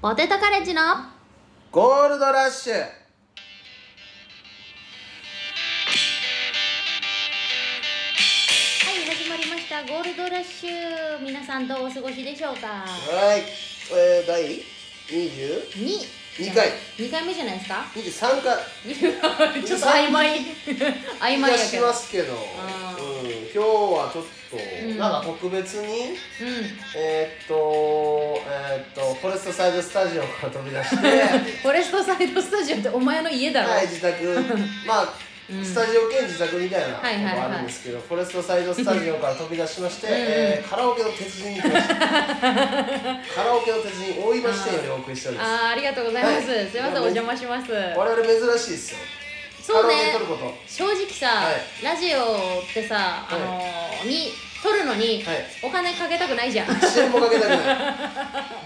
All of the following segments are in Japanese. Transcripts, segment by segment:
ポテトカレッジのゴールドラッシュはい始まりましたゴールドラッシュ皆さんどうお過ごしでしょうかはい、えー、第2023 2二回2回目じゃないです か回ちょっと曖昧曖昧がやしけどますけど、うん、あ今日はちょっと、うんなんか特別にうんえー、っとえー、っとフォレストサイドスタジオから飛び出して フォレストサイドスタジオってお前の家だろ、はい自宅 まあうんスタジオ兼自宅みたいなのはいはいはいもあるんですけど、フォレストサイドスタジオから飛び出しまして、 うんうんえーカラオケの鉄人に行きま したカラオケの鉄人大岩支店よりお送りしておりますあーありがとうございます、はいすいませんお邪魔します我々珍しいですよそうねカラオケ撮ることはい正直さ、はいラジオってさ、あのーに撮るのに、お金かけたくないじゃん支援もかけたくない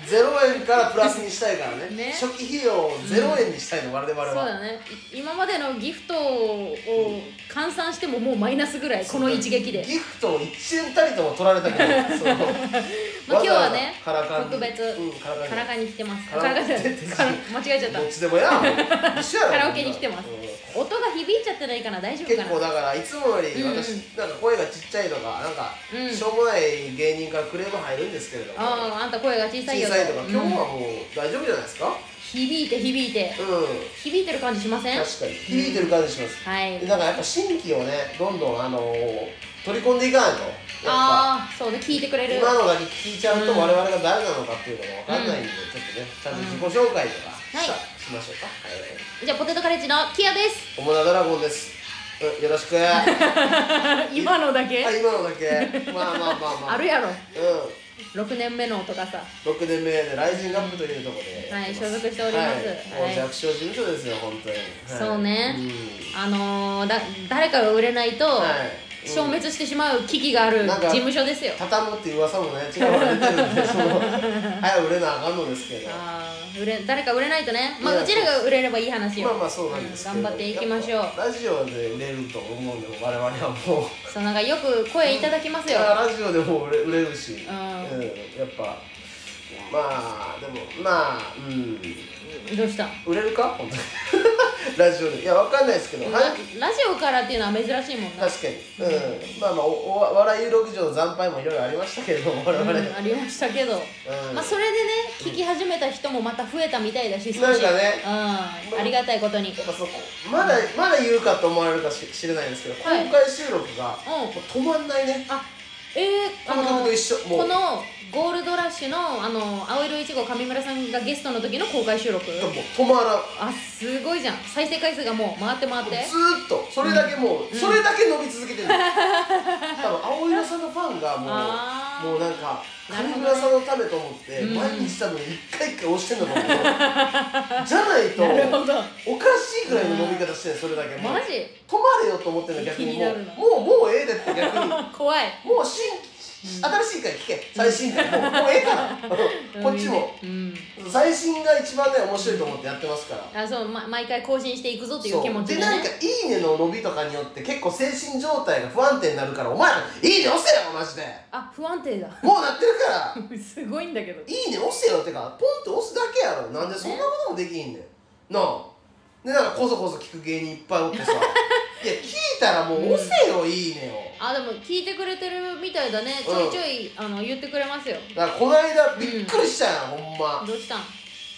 ゼロ円からプラスにしたいからねね初期費用をゼロ円にしたいの、我々そうはだねい今までのギフトを換算してももうマイナスぐらいこの一撃で、ギフトを1円たりとも取られ たくないそうまあ、今日はねわざわざカラカン特別、うん、カラカンカラカンに来てますカカララカンじゃないカカララ 間違えちゃったどっちでもやん一緒やろカラオケに来てますうん音が響いちゃってないかな大丈夫結かな構だからいつもより私、うんなんか声がちっちゃいとかなんか、うんしょうもない芸人からクレーム入るんですけれどもあああんた声が小小ささいいよとか、うん今日はもう大丈夫じゃないですか響いて響いてうん響いてる感じしません確かに響いてる感じします、はいでなんかやっぱ新規をねどんどんあのー取り込んでいかないとやっぱああそうね聞いてくれる今のだけ聞いちゃうとうん我々が誰なのかっていうのが分かんないんで、ちょっとねちゃんと自己紹介とかうんした、はいしましょうかはいはいじゃあポテトカレッジのキアです主なドラゴンですうんよろしくあ 今のだけ今のだけまあまあまあまああるやろうん6年目のとかさ6年目でライジングアップというところではいやってま所す属しておりますはい、もはうい弱小事務所ですよ本当に、はいそうねあのー、だ誰かが売れないと、はい消滅してしまう危機があるなん事か務所ですよ畳むっていう噂もね違うのが出てるんでその 早く売れなあかんのですけどあー売れ誰か売れないとねまいあやうちらが売れればいい話よまあまあそうなんですけど、うん頑張っていきましょうやっぱラジオで売れると思うんで我々はもうそうなんかよく声いただきますよ、ラジオでも売れ売れるし、うんんやっぱまあでもまあうんどうした売れるか本当に ラジオでいやわかんないですけど、ラはいラジオからっていうのは珍しいもんな、確かに、うん、まあまあおお笑い有力場の惨敗もいろいろありましたけれども我々、うんありましたけど、うんまあ、それでね聞き始めた人もまた増えたみたいだし少しなんかねうん、ありがたいことにやっぱそこまだまだ言うかと思われるかし知れないんですけど、はい公開収録が、うんもう止まんないねあえー、あ感覚と一緒もうこのゴールドラッシュのあの青色いちご上村さんがゲストの時の公開収録もう止まらんあすごいじゃん再生回数がもう回って回ってずーっとそれだけもう、それだけ伸び続けてる多分青色さんのファンがあーもうもうなんかなる上ほどね村さんのためと思って、うん毎日多分一回一回押してんだと思う じゃないとどおかしいぐらいの伸び方してるそれだけもうマジ止まれよと思ってるの逆に気にもなうるなもうもうええでって逆にも 怖いう新新しい回聞け最新回もうもうええからこっちも うん最新が一番ね面白いと思ってやってますからあそう、ま、毎回更新していくぞといそう気持ちででねなんか「いいね」の伸びとかによって結構精神状態が不安定になるからお前ら「いいね」押せよマ ジであ不安定だもうなってるから「 すごいんだけどいいね」押せよってかポンって押すだけやろなんでそんなこともできんねんなあでなんかこそこそ聞く芸人いっぱいおって さいや聞いたらもう押せよ「いいね」をあでも聞いてくれてるみたいだねちょいちょい、あの言ってくれますよだからこの間びっくりしたやん、ほんまどうしたん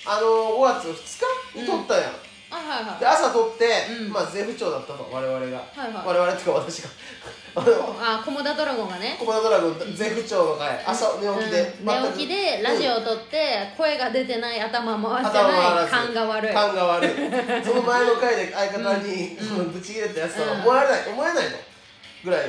あの5月2日に撮ったやん、あはいはいで朝撮って、うんまあ税不調だったと我々が、はい我々っていうか私が あのあコモダドラゴンがねコマドラゴン全不調の回朝寝起きで、うん寝起きでラジオを撮って、声が出てない頭回してない感が悪い感が 悪いその前の回で相方に、そのぶち切れたやつとは思えない、思えないとぐらい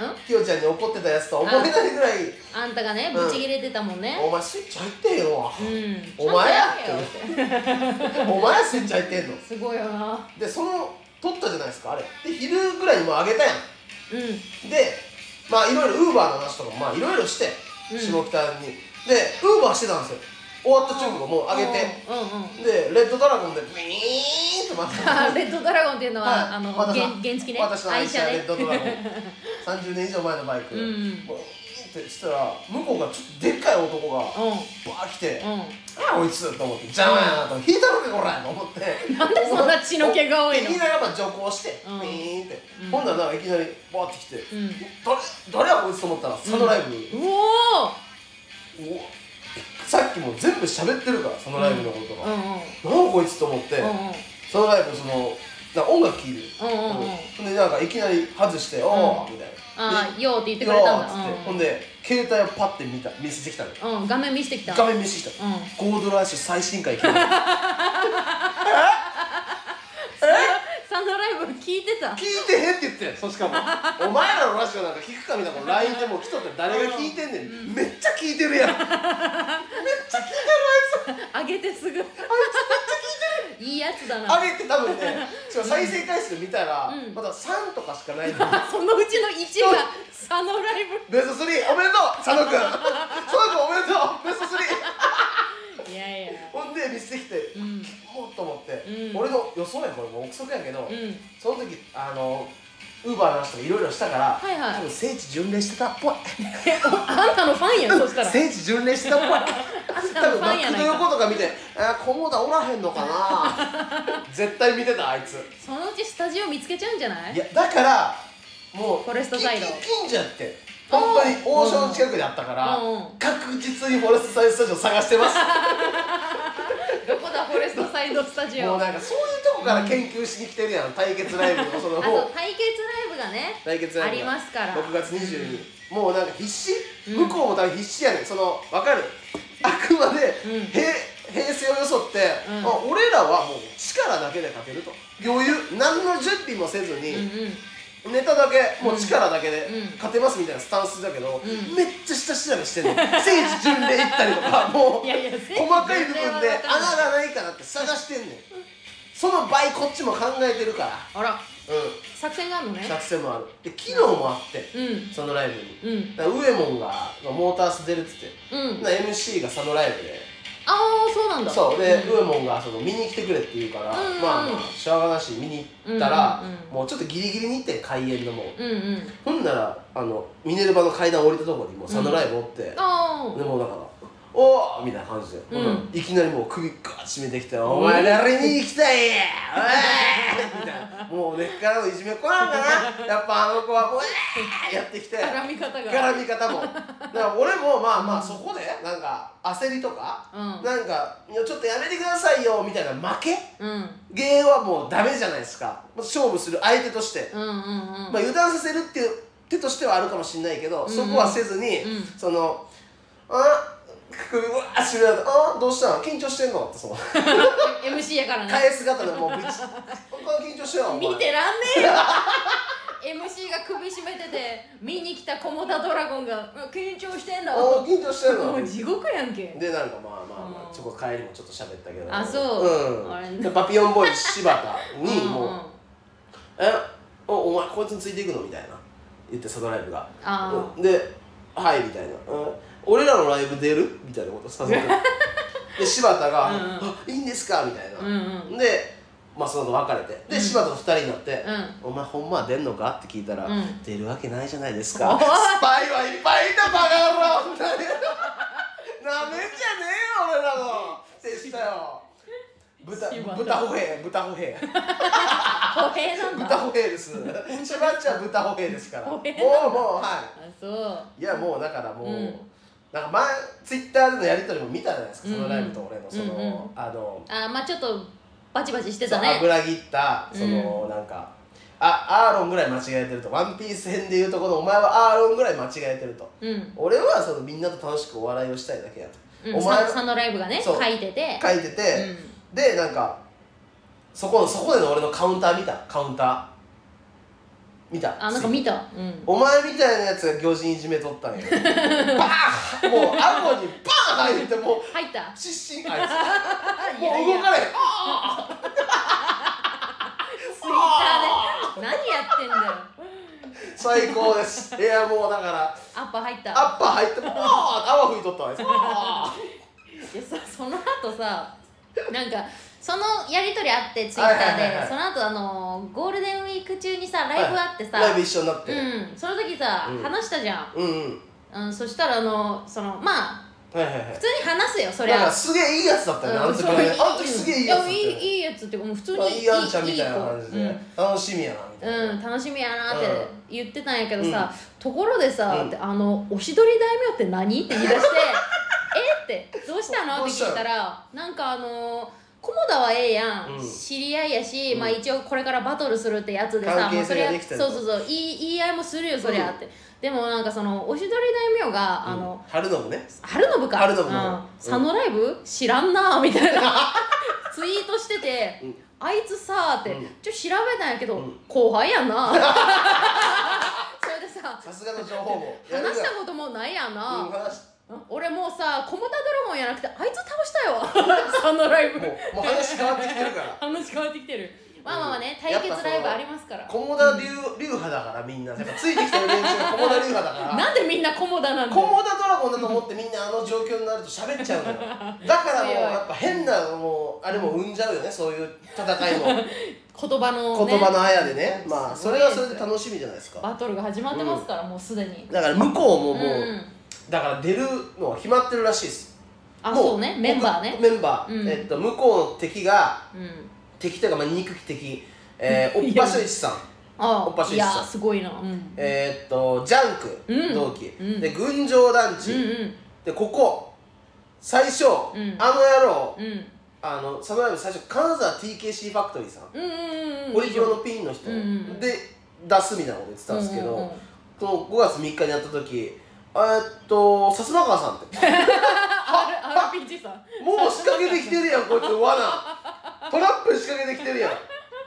うんきよちゃんに怒ってたやつとは思えないぐらいあんたがねうんブチ切れてたもん「ねお前スイッチ入ってんよう」んお前やちゃんとやれよってってお前スイッチ入ってんの」すごいよなでその撮ったじゃないですかあれで昼ぐらいにもうあげたやんうでまあいろいろウーバーの話とかもまあいろいろして、うん下北にでウーバーしてたんですよ終わった直後もうあげて、んうんうんでレッドドラゴンでビーンとまた あレッドドラゴンっていうのは、はいあの私の原原付ね私の愛車レね ッドドラゴン30年以上前のバイク、うんうんもうってしたら向こうがちょっとでっかい男がバうー来て「んうんああこいつ」と思って「邪魔やな」と「引いたろけこら」と思ってなんでそんな血の気が多いの いきなりやっぱ徐行してピうんーンってうんほんならなんかいきなりバーって来てうん誰誰やこいつと思ったらサノライブ、うおーうわさっきも全部喋ってるからサノライブのことうんが、うんなんかこいつと思って、うんうんサノライブそのなんか音楽聴いてる、うんうんうんでなんかいきなり外して「おお」みたいなああよーって言ってで「くれたんよーっつって、ほんだで携帯をパッて見た見せてきたのようんうん画面見せてきた画面見せてきた、うんゴールドラッシュ最新回聞いてるえサンドライブ聞いてた聞いてへんって言ってんそうしかもお前らのラッシュなんか聞くかみたいなこの LINE でも来とって誰が聞いてんねん、めっちゃ聞いて るやんめっちゃ聞いてるあい上つげてすぐいいやつだな あれって多分ねしかも再生回数見たら、うんまだ3とかしかないと思うあ そのうちの1がサノライベスト3おめでとう 佐野くん佐野くんおめでとうベスト3ブいやいやほんで見せてきて、うんもうと思って、うん俺の予想やんこれもう憶測やけど、うんその時あのウーバーの話とかいろいろしたから、はいはい多分聖地巡礼してたっぽいえおあんたのファンやんそしたら聖地巡礼してたっぽい たの多ファ分バンやッなクいかの横とか見て「あー菰田おらへんのか な」絶対見てたあいつそのうちスタジオ見つけちゃうんじゃないいやだからもうフォレストサイドきき近所やって本当に王将の近くであったからうんうん確実にフォレストサイドスタジオ探してます どこだフォレストサイドスタジもオうなんかそういうとこから研究しに来てるやん対決ライブのそのあもとう対決ライブがね対決ライブありますから6月22日もうなんか必死、うん向こうも多分必死やねんその分かるあくまで、うん平平成を装って、うんあ俺らはもう力だけで勝てると余裕何の準備もせずに、うんうんネタだけもう力だけでうん勝てますみたいなスタンスだけど、うんめっちゃ下調べしてんの聖地巡礼行ったり とかもういやいや細かい部分で全然わかんない穴がないかなって探してんねんその倍こっちも考えてるからあらう作戦があるのねん作戦もあるで機能もあって、うんそのライブにうんだからウエモンがモータース出るっつってうんな MC が佐野ライブでああそうなんだそうで、んウエモンがその見に来てくれって言うから、うんうんまあまあしょうがなし見に行ったら、うんうんうんもうちょっとギリギリに行って開演のもううんうんほんならあのミネルヴァの階段降りたところにもうサノライブおって、あーでもうだから「おお!」みたいな感じで、うんほならいきなりもう首ガーッ締めてきて「お前誰に行きたいんやおい!」みたいなもう根っからのいじめっ子なんかなやっぱあの子は「おえ!」やってきて絡み方が絡み方もだから俺もまあまあそこでなんか焦りとか、うんなんか「いやちょっとやめてくださいよ」みたいな負けうん芸はもうダメじゃないですかもう勝負する相手として、うんうんうんまあ、油断させるっていう手としてはあるかもしれないけど、うんそこはせずに、うんその「あ首うわー絞められたあどうしたん緊張してんの?」ってその MC やからね返す方でもうビチ「こんな緊張してんの?お前」見てらんねえよ MC が首絞めてて見に来たコモダドラゴンがうん緊張してんだあー緊張してんのもう地獄やんけでなんかまあまあまうあんちょこっと帰りもちょっと喋ったけどあそうあれん、でパピヨンボーイ柴田にもうう「んうんえおお前こいつについていくの?」みたいな言ってサドライブがあうんで「はい」みたいなうん「俺らのライブ出る?」みたいなことさ せてで柴田がう「んうんあいいんですか?」みたいな、うんうんでまあその後別れてで、うん柴田と二人になってうん「お前ほんまは出んのか?」って聞いたら、うん出るわけないじゃないですおかいスパイはいっぱいいたバカ野郎」みたいな「なめんじゃねえよ俺 らの」接したよ豚柴田豚歩兵豚歩兵歩兵なんだ豚歩兵です柴田は豚歩兵ですからも歩うも兵うはいあそういやもうだからもう、うんなんか前ツイッターでのやり取りも見たじゃないですか、そのライブと俺のその、うんうんあのあまあちょっとバチバチしてそたうね油切ったその、なんかあアーロンぐらい間違えてるとワンピース編でいうとこのお前はアーロンぐらい間違えてるとうん俺はそのみんなと楽しくお笑いをしたいだけやと、うんお前ササンドライブがねそう書いてて書いてて、でなんかそこのそこでの俺のカウンター見たカウンター見たあなんか見たうんお前みたいなやつが魚人いじめとったん やバーンもう顎にバーン入ってもう入った失神あいつ いやもういや動かないあツイッターで何やってんだよ最高ですいやもうだからアッパー入ったアッパー入ってもう泡吹いとった わあいつあいやさその後さなんかそのやり取りあってツイッターで、はいはいはいはいその後あのーゴールデンウィーク中にさライブあってさ、ライブ一緒になってうんその時さ、うん話したじゃんうんうんうん、そしたらあのそのまあはいはいはい普通に話すよそりだからゃすげえいいやつだったよね、あうのん時そうねいいあの時すげえいいやつだったよいやねいいいいやつっていうかもう普通まあにいいあんちゃんみたいな感じいいで子楽しみやなみたういん、な、うん、楽しみやなって言ってたんやけどさ、ところでさ、うんあの「おしどり大名って何?」って言い 出して「えっ?」て「どうしたの?」どっうてした聞のいたらなんかあのー菰田はええやん、うん知り合いやし、うんまあ一応これからバトルするってやつでさ関もう係そ性りゃができたりとそうそうそう言い言い合いもするよそりゃって、でもなんかそのおしどり大名が、あの春信ね春信か春信うのんうん、佐野ライブ知らんなみたい なツイートしてて、うんあいつさって、うんちょっと調べたんやけど、うん後輩やん なそれでささすがの情報もやるな話したこともないやんな、うん話し俺もうさコモタドラゴンやなくてあいつ倒したよ 佐野ライブもうもう話変わってきてるから話変わってきてるまあまあまあねうん対決ライブありますから菰田流流派だからみんなやっぱついてきてる連中が菰田流派だからなんでみんなコモダなんだ菰よ田ドラゴンだと思ってみんなあの状況になると喋っちゃうのよだからもう強いやっぱ変なもうあれも生んじゃうよねそういう戦いも言葉の、ね、言葉のあやでねまあすそごいれですはそれで楽しみじゃないですかバトルが始まってますから、もうすでにだから向こうももう、うんだから出るのは決まってるらしいですあもそうねメンバーねメンバー、うんえっと、向こうの敵がうん敵というか、まあ、憎き敵、えー、 おっぱしゅいちさんあおっぱしいいっすやすごいなうんえーっとジャンク、うん同期、うんで群青団地、うんでここ最初、んあの野郎うんうんあのサムライブ最初金沢 TKC ファクトリーさん、うんうんうんオリプロのピンの人、うんうんで出すみたいなこと言ってたんですけど、うんうんうんその5月3日にやった時えーっとさすま川さんって あ RPG さんもう仕掛けてきてるやんこいつ罠トラップ仕掛けてきてるやん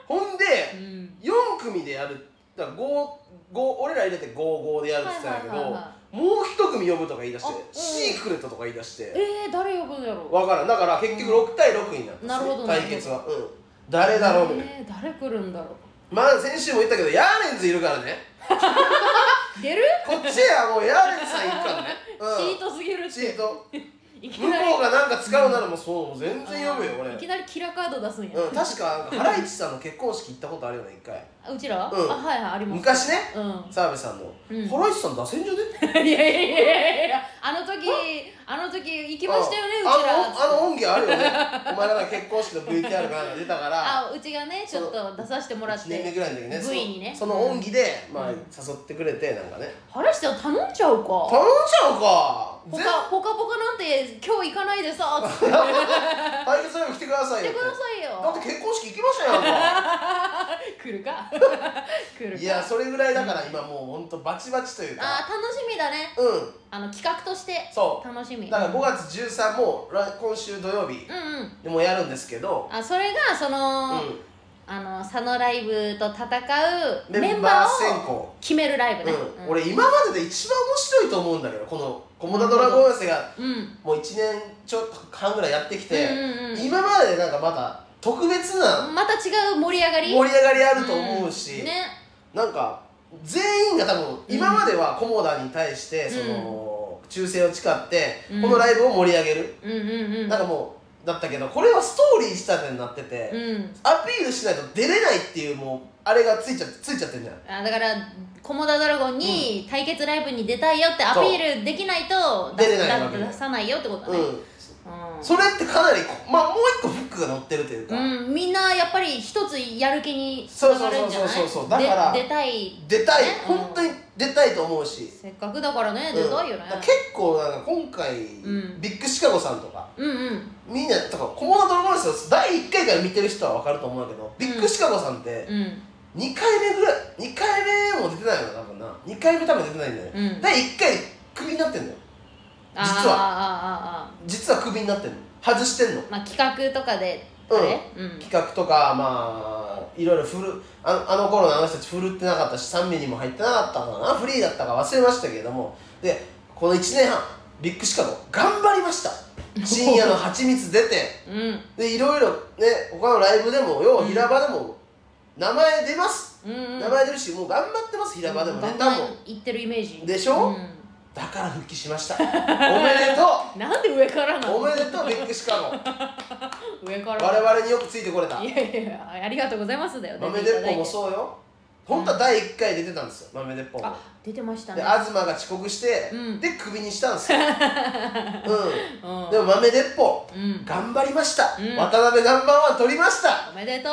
ほんでうん4組でやるだから五五俺ら入れて55でやるって言ってたんやけど、はいはいはいはもう一組呼ぶとか言い出して、あうんシークレットとか言い出してえー、誰呼ぶんやろ分からんだから結局6対6になったしなるほどなるほど対決は、うん、誰だろうみたいな、えー、誰来るんだろまあ先週も言ったけどヤーレンズいるからねう出る、こっちはもうヤーレンズさんいるからね、チーうトすぎるっん、てチートいき向なりこうがなんか使うならもうそう全然呼ぶよあー俺いきなりキラカード出すんや、うん、確かハライチさんの結婚式行ったことあるよね一回あうちらは、うんあはいはいあります昔ねう澤部さんのうん 「ハライチさん打線上で?」んいやいやいやいやあの時あの時行きましたよねうちらあのあの音源あるよねお前らが結婚式の VTR がなんか出たからあうちがねちょっと出させてもらっ1年て目ぐらいの時ねその V にねその恩義で、まあ、うん誘ってくれてなんかね話して頼んちゃうか頼んじゃうかポ全カポカポカなんて今日行かないで さつって対決ライブ来てください言ってよくださいだっよて結婚式行きましたよなんか 来るか 来 るかいやそれぐらいだから今もうほんとバチバチというあかー楽しみだねうんあの企画としてそ楽しみうだから5月13も来今週土曜日うんうんでもやるんですけどあそれがその、うんあの佐野ライブと戦うメメンンババーー選を考決めるライブね、うん、俺今までで一番面白いと思うんだけどこの「コモダドラゴン寄せ」がうんうんもう1年ちょっと半ぐらいやってきて、うんうん今まででなんかまだ特別なまた違う盛り上がり盛り上がりあると思うし、んねなんか全員が多分今まではコモダに対してその、忠誠を誓ってうんこのライブを盛り上げる、うんうんうんなんかもうだったけどこれはストーリー仕立てになってて、うんアピールしないと出れないっていうもうあれがついちゃってついちゃってるじゃんあだからコモダドラゴンに対決ライブに出たいよってアピールできないと出れないだわけ出さないよってことだね、うん、うんそれってかなりこまあもう一個フックが乗ってるというか、うん、みんなやっぱり一つやる気につそうなそがうるそんうじゃないそうそうそうだからで出たい出たい、ねうん本当に出たいと思うし、せっかくだからね、う出んたいよねだから結構なんか今回、んビッグシカゴさんとかうんうんみんなとかコモダドラゴンズの第1回から見てる人は分かると思うんだけど、ビッグシカゴさんってうん2回目ぐらい2回目も出てないの多分な2回目多分出てないんだよ、うん第1回クビになってんのよあー実はあーあーあ実はクビになってんの外してんのーまあ企画とかでうんあれうん企画とかまあいろいろ振るああの頃のあの人たち振るってなかったし三名にも入ってなかったのかなフリーだったか忘れましたけれどもでこの1年半ビッグシカゴ頑張りました深夜の蜂蜜出てうんでいろいろね他のライブでも要は平場でも名前出まうんうす、ん名前出るしもう頑張ってます平場でもネガンタガンも行ってるイメージでしょうんだから復帰しましたおめでとなんで上からなうのおめでとうビッグシカゴ上から我々によくついてこれたいやいやありがとうございますだよ豆出てい鉄ただい砲てもそうよ本当は第1回出てたんですよ豆鉄砲もあ出てましたでね東が遅刻して、うんでクビにしたんですよ、ううんん、でも豆鉄砲うん頑張りました、うん渡辺ナンバーワン取りましたおめでと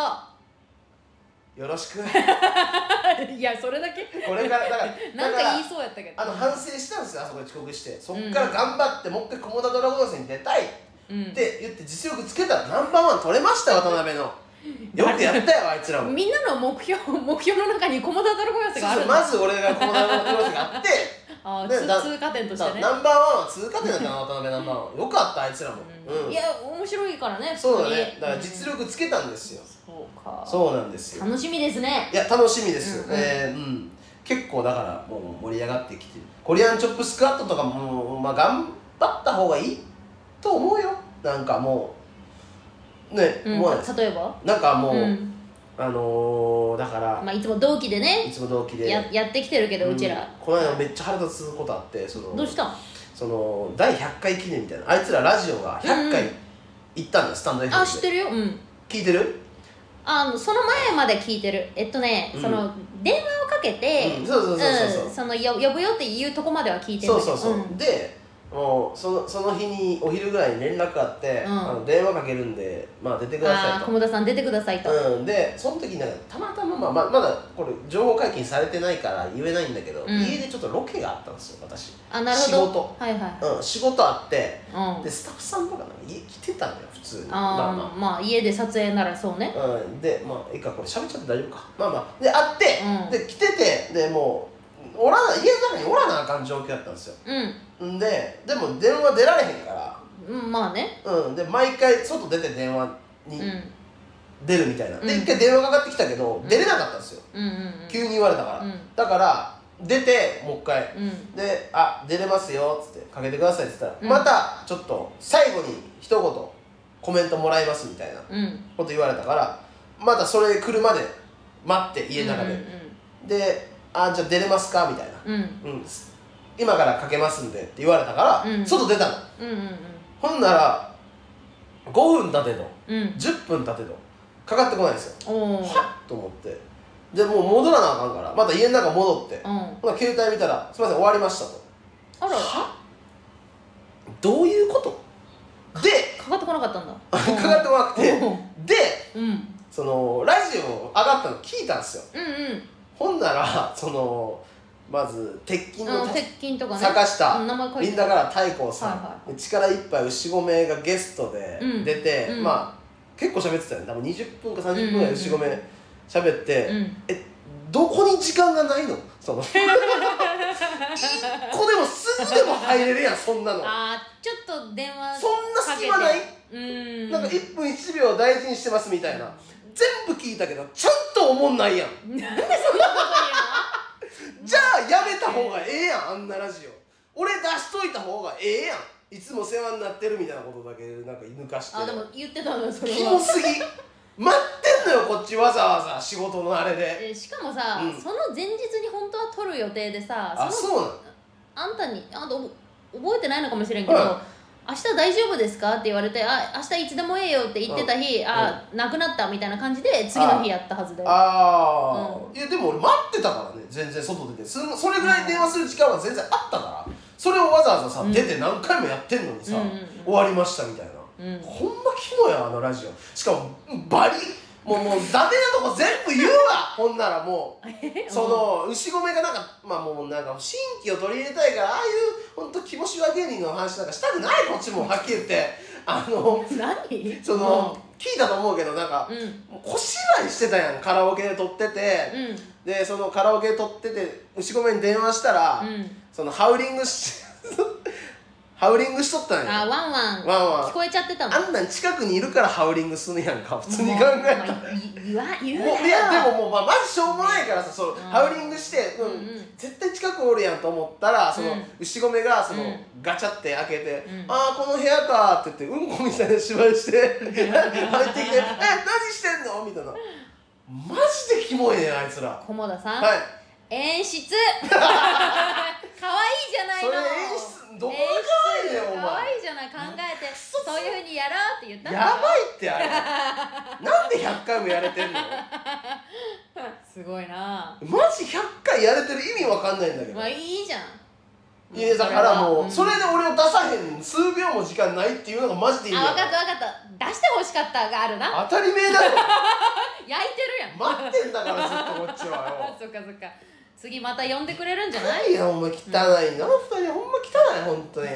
よろしう くいやそれだけこれからだから なんだかから言いそうやったけどあの反省したんですよあそこで遅刻してそっから頑張ってもう一回コモダドラゴンズに出たいっうんて言って実力つけたらナンバーワン取れました渡辺のよくやっ たよあいつらもみんなの目標目標の中にコモダドラゴン寄そせうがあそるうんまだず俺がコモダドラゴンズがあって あーねつだ通過点としてねナンバーワンは通過点だったな 渡辺ナンバーワンよかったあいつらも、うんいや面白いからねそうだねだから力実力つけたんですよ、そうかそうなんですよ楽しみですねいや楽しみです、うんうんえーうん結構だからもう盛り上がってきてるコリアンチョップスクワットとかも、まあ、頑張った方がいいと思うよなんかもうね、うん思わないです例えばなんかもう、うんあのー、だから、まあいつも同期でいねつも同期でややってきてるけどうんうちらこの間めっちゃ腹立つことあってそのどうしたんその第100回記念みたいなあいつらラジオが100回うん行ったんだよ、スタンド FM であ知ってるようん聞いてる、あのその前まで聞いてるえっとねうんその電話をかけてうん、そうそううそうそうそう、んそのよ呼ぶよっていうとこまでは聞いてるんそだうけそどうそう、んでもうそのその日にお昼ぐらいに連絡あって、うんあの電話かけるんで、まあ、出てくださあいあと。菰田さん出てくださいとうん、でその時なんかたまたま、まあ、まあまだこれ情報解禁されてないから言えないんだけど、うん家でちょっとロケがあったんですよ私、あなるほ仕ど事はいはうん、仕事あっていうんでスタッフさんとかなんか家来てたんだよ普通にまあああまあ家で撮影ならそうねまあ、うん、でまあいいかこれ喋っちゃって大丈夫かまあまあで会って、うんで来ててでもうおらな家の中におらなあかん状況だったんですようんんででも電話出られへんからうんまあねうん、で毎回外出て電話うにんうん出るみたいな、でうん一回電話かかってきたけど、ん出れなかったんですようん急に言われたから、うんだから出てもう一回うんうんで「あ出れますよ」っつって「かけてください」っつったら、うんまたちょっと最後に一言コメントもらいますみたいなうんこと言われたからまたそれ来るまで待って家の中で、で「あじゃあ出れますか」みたいなうんうん「うん今からかけますんで」って言われたから、うん外出たのうんうんほんなら5分経てどうんうん10分経てどかかってこないんですよおーはっと思ってでもう戻らなあかんからまた家の中戻ってうんあほな携帯見たら「すいません終わりました」とらはどういうことでかかってこなかったんだ かかってこなくてでうんうんそのラジオ上がったの聞いたんですようんほんなら そのまず鉄筋うんあのの鉄筋とかね坂下うん名前書いみてんたなから太閤さん、はいはいで力いっぱい牛込がゲストでうん出て、うんまあ結構喋ってたよね多分20分か30分ぐらい牛込喋って、うんえどこに時間がないのその 一個でもすぐでも入れるやんそんなのあーちょっと電話そんな隙間ないかけてうんなんか1分1秒大事にしてますみたいな全部聞いたけどちゃんと思んないやんなんでそんなこと言うのじゃあやめた方がええやんあんなラジオ俺出しといた方がええやんいつも世話になってるみたいなことだけなんか抜かしてあでも言ってたのよそれキモはすぎ待ってんのよこっちわざわざ仕事のあれでえしかもさうんその前日に本当は撮る予定でさあそのそうなのあんたにあんたおぼ覚えてないのかもしれんけど、うん明日大丈夫ですかって言われてあ明日いつでもええよって言ってた日、あ、なくなったみたいな感じで次の日やったはずであああ、ういやでも俺待ってたからね全然外出てそのそれぐらい電話する時間は全然あったからそれをわざわざさ、うん出て何回もやってんのにさ、うんうんうん終わりましたみたいな、うんほんまキモやあのラジオしかもバリもうもうダメなとこ全部 言うわほんならもうその牛込がなんかまあもうなんか新規を取り入れたいからああいうほんと気持ち悪い芸人の話なんかしたくないこっちもはっきり言ってあの何その、聞いたと思うけどなんかう、んうんもう小芝居してたやんカラオケで撮ってて、でそのカラオケで撮ってて牛込に電話したら、うん、そのハウリングし ハウリングしとったんあやワンワンわんわ聞んこえちゃってたのあんなん近くにいるからハウリングするやんか普通に考えもうたら。まあい言わ言うなもういやでももうまあまずしょうもないからさそう、んハウリングして、うんうんうん絶対近くおるやんと思ったらその、うん牛込がその、うんガチャって開けて「うんああこの部屋か」って言ってうんこみたいな芝居 して入ってきて「え何してんの?」みたいなマジでキモいねあいつら菰田さん、はい演出可愛いじゃないそのれ演出どこが可愛いねんお可前愛いじゃない考えてそういうふうにやろうって言ったの やばいってあれなんで100回もやれてんのすすごいなマジ100回やれてる意味わかんないんだけど、まあいいじゃんいやだからもう、んそれで俺を出さへん数秒も時間ないっていうのがマジで意あ分味わかっかんたない分かった出してほしかったがあるな当たり前だろ焼いてるやん待ってんだからずっとこっちはよそっかそっか次また呼んでくれるんじゃないないよほんま汚いな、二人ほんま汚い本当に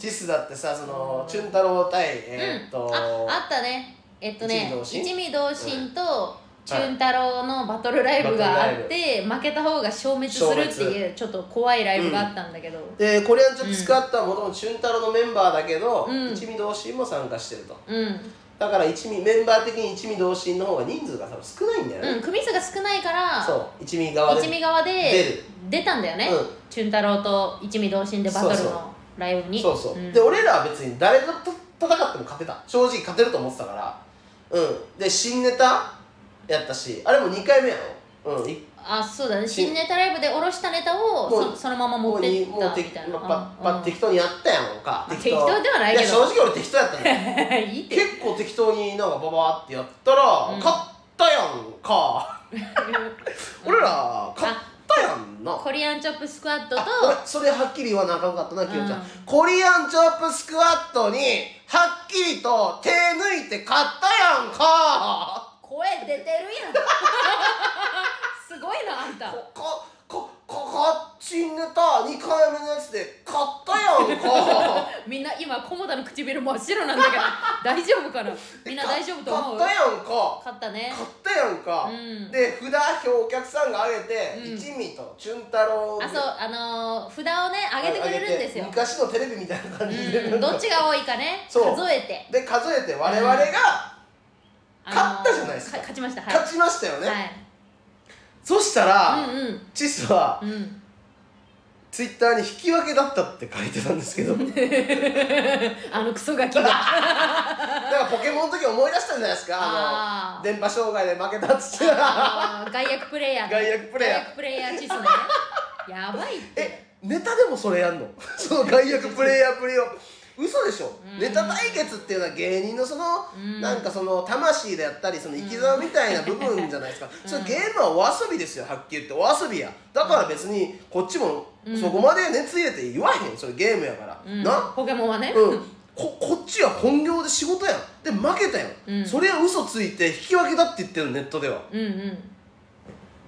チスだってさそのチュン太郎対えーっと、うん、ああったねえっとね一一味味同心とチュン太郎のバトルライブがあって負けた方が消滅するって消いうちょっと怖いライブがあったんだけどでコリアンチョップスクワットはもともとチュン太郎のメンバーだけど、うん一味同心も参加してるとうん、だから一味メンバー的に一味同心の方が人数が多分少ないんだよね、うん、組数が少ないかそらう一味側で一味側出でる出たんだよね、うんチュン太郎と一味同心でバトルそうそうのライブにそうそう、んで俺らは別に誰と戦っても勝てた正直勝てると思ってたからうんで新ネタやったしあれも2回目やろうんいあそうだね新ネタライブで下ろしたネタをもうそそのまま持もっうてっにたもみう適たいなまあうんばば適当にやったやんかまあ適当ではないけどや正直俺適当やった ねうんいいって 結構適当になんかババーってやったら、うん勝ったやんか俺ら勝ったやんなコリアンチョップスクワットとあごめんそれはっきり言わなあかんかったなきよちゃん、うんコリアンチョップスクワットにはっきりと手抜いて勝ったやんか声出てるやんすごいなあんたこここここ新ネタ2回目のやつで勝ったや んかみんな今菰田の唇真っ白なんだけど大丈夫かなみんな大丈夫と思う勝ったやんか勝ったね勝ったやんか、うんで札表お客さんが上げて、うん一味とチュン太郎あそうあのー札をね上げてくれるんですよ上げて昔のテレビみたいな感じで、うんどっちが多いかね数そうえてで数えて我々あがのー勝ったじゃないですか勝ちましたはい勝ちましたよね、はそしたら、いうんうんチスはうん、ツイッターに引き分けだったって書いてたんですけ どだかあのクソガキが らポケモンの時思い出したじゃないですかああーの電波障害で負けたっつってあのー外役プレイヤーね外役プレイヤ外ー役プレイヤーチスね やばいってえネタでもそれやんの その外役プレイヤープレを嘘でしょうんネタ対決っていうのは芸人のその、うんなんかその魂であったりその生き様みたいな部分じゃないですか、それゲームはお遊びですよはっきり言ってお遊びやだから別にこっちもうんそこまで熱入れて言わへんそれゲームやから、うんなポケモンはね、うん、ここっちは本業で仕事やんで負けたやん、うんそれは嘘ついて引き分けだって言ってるネットではうんうん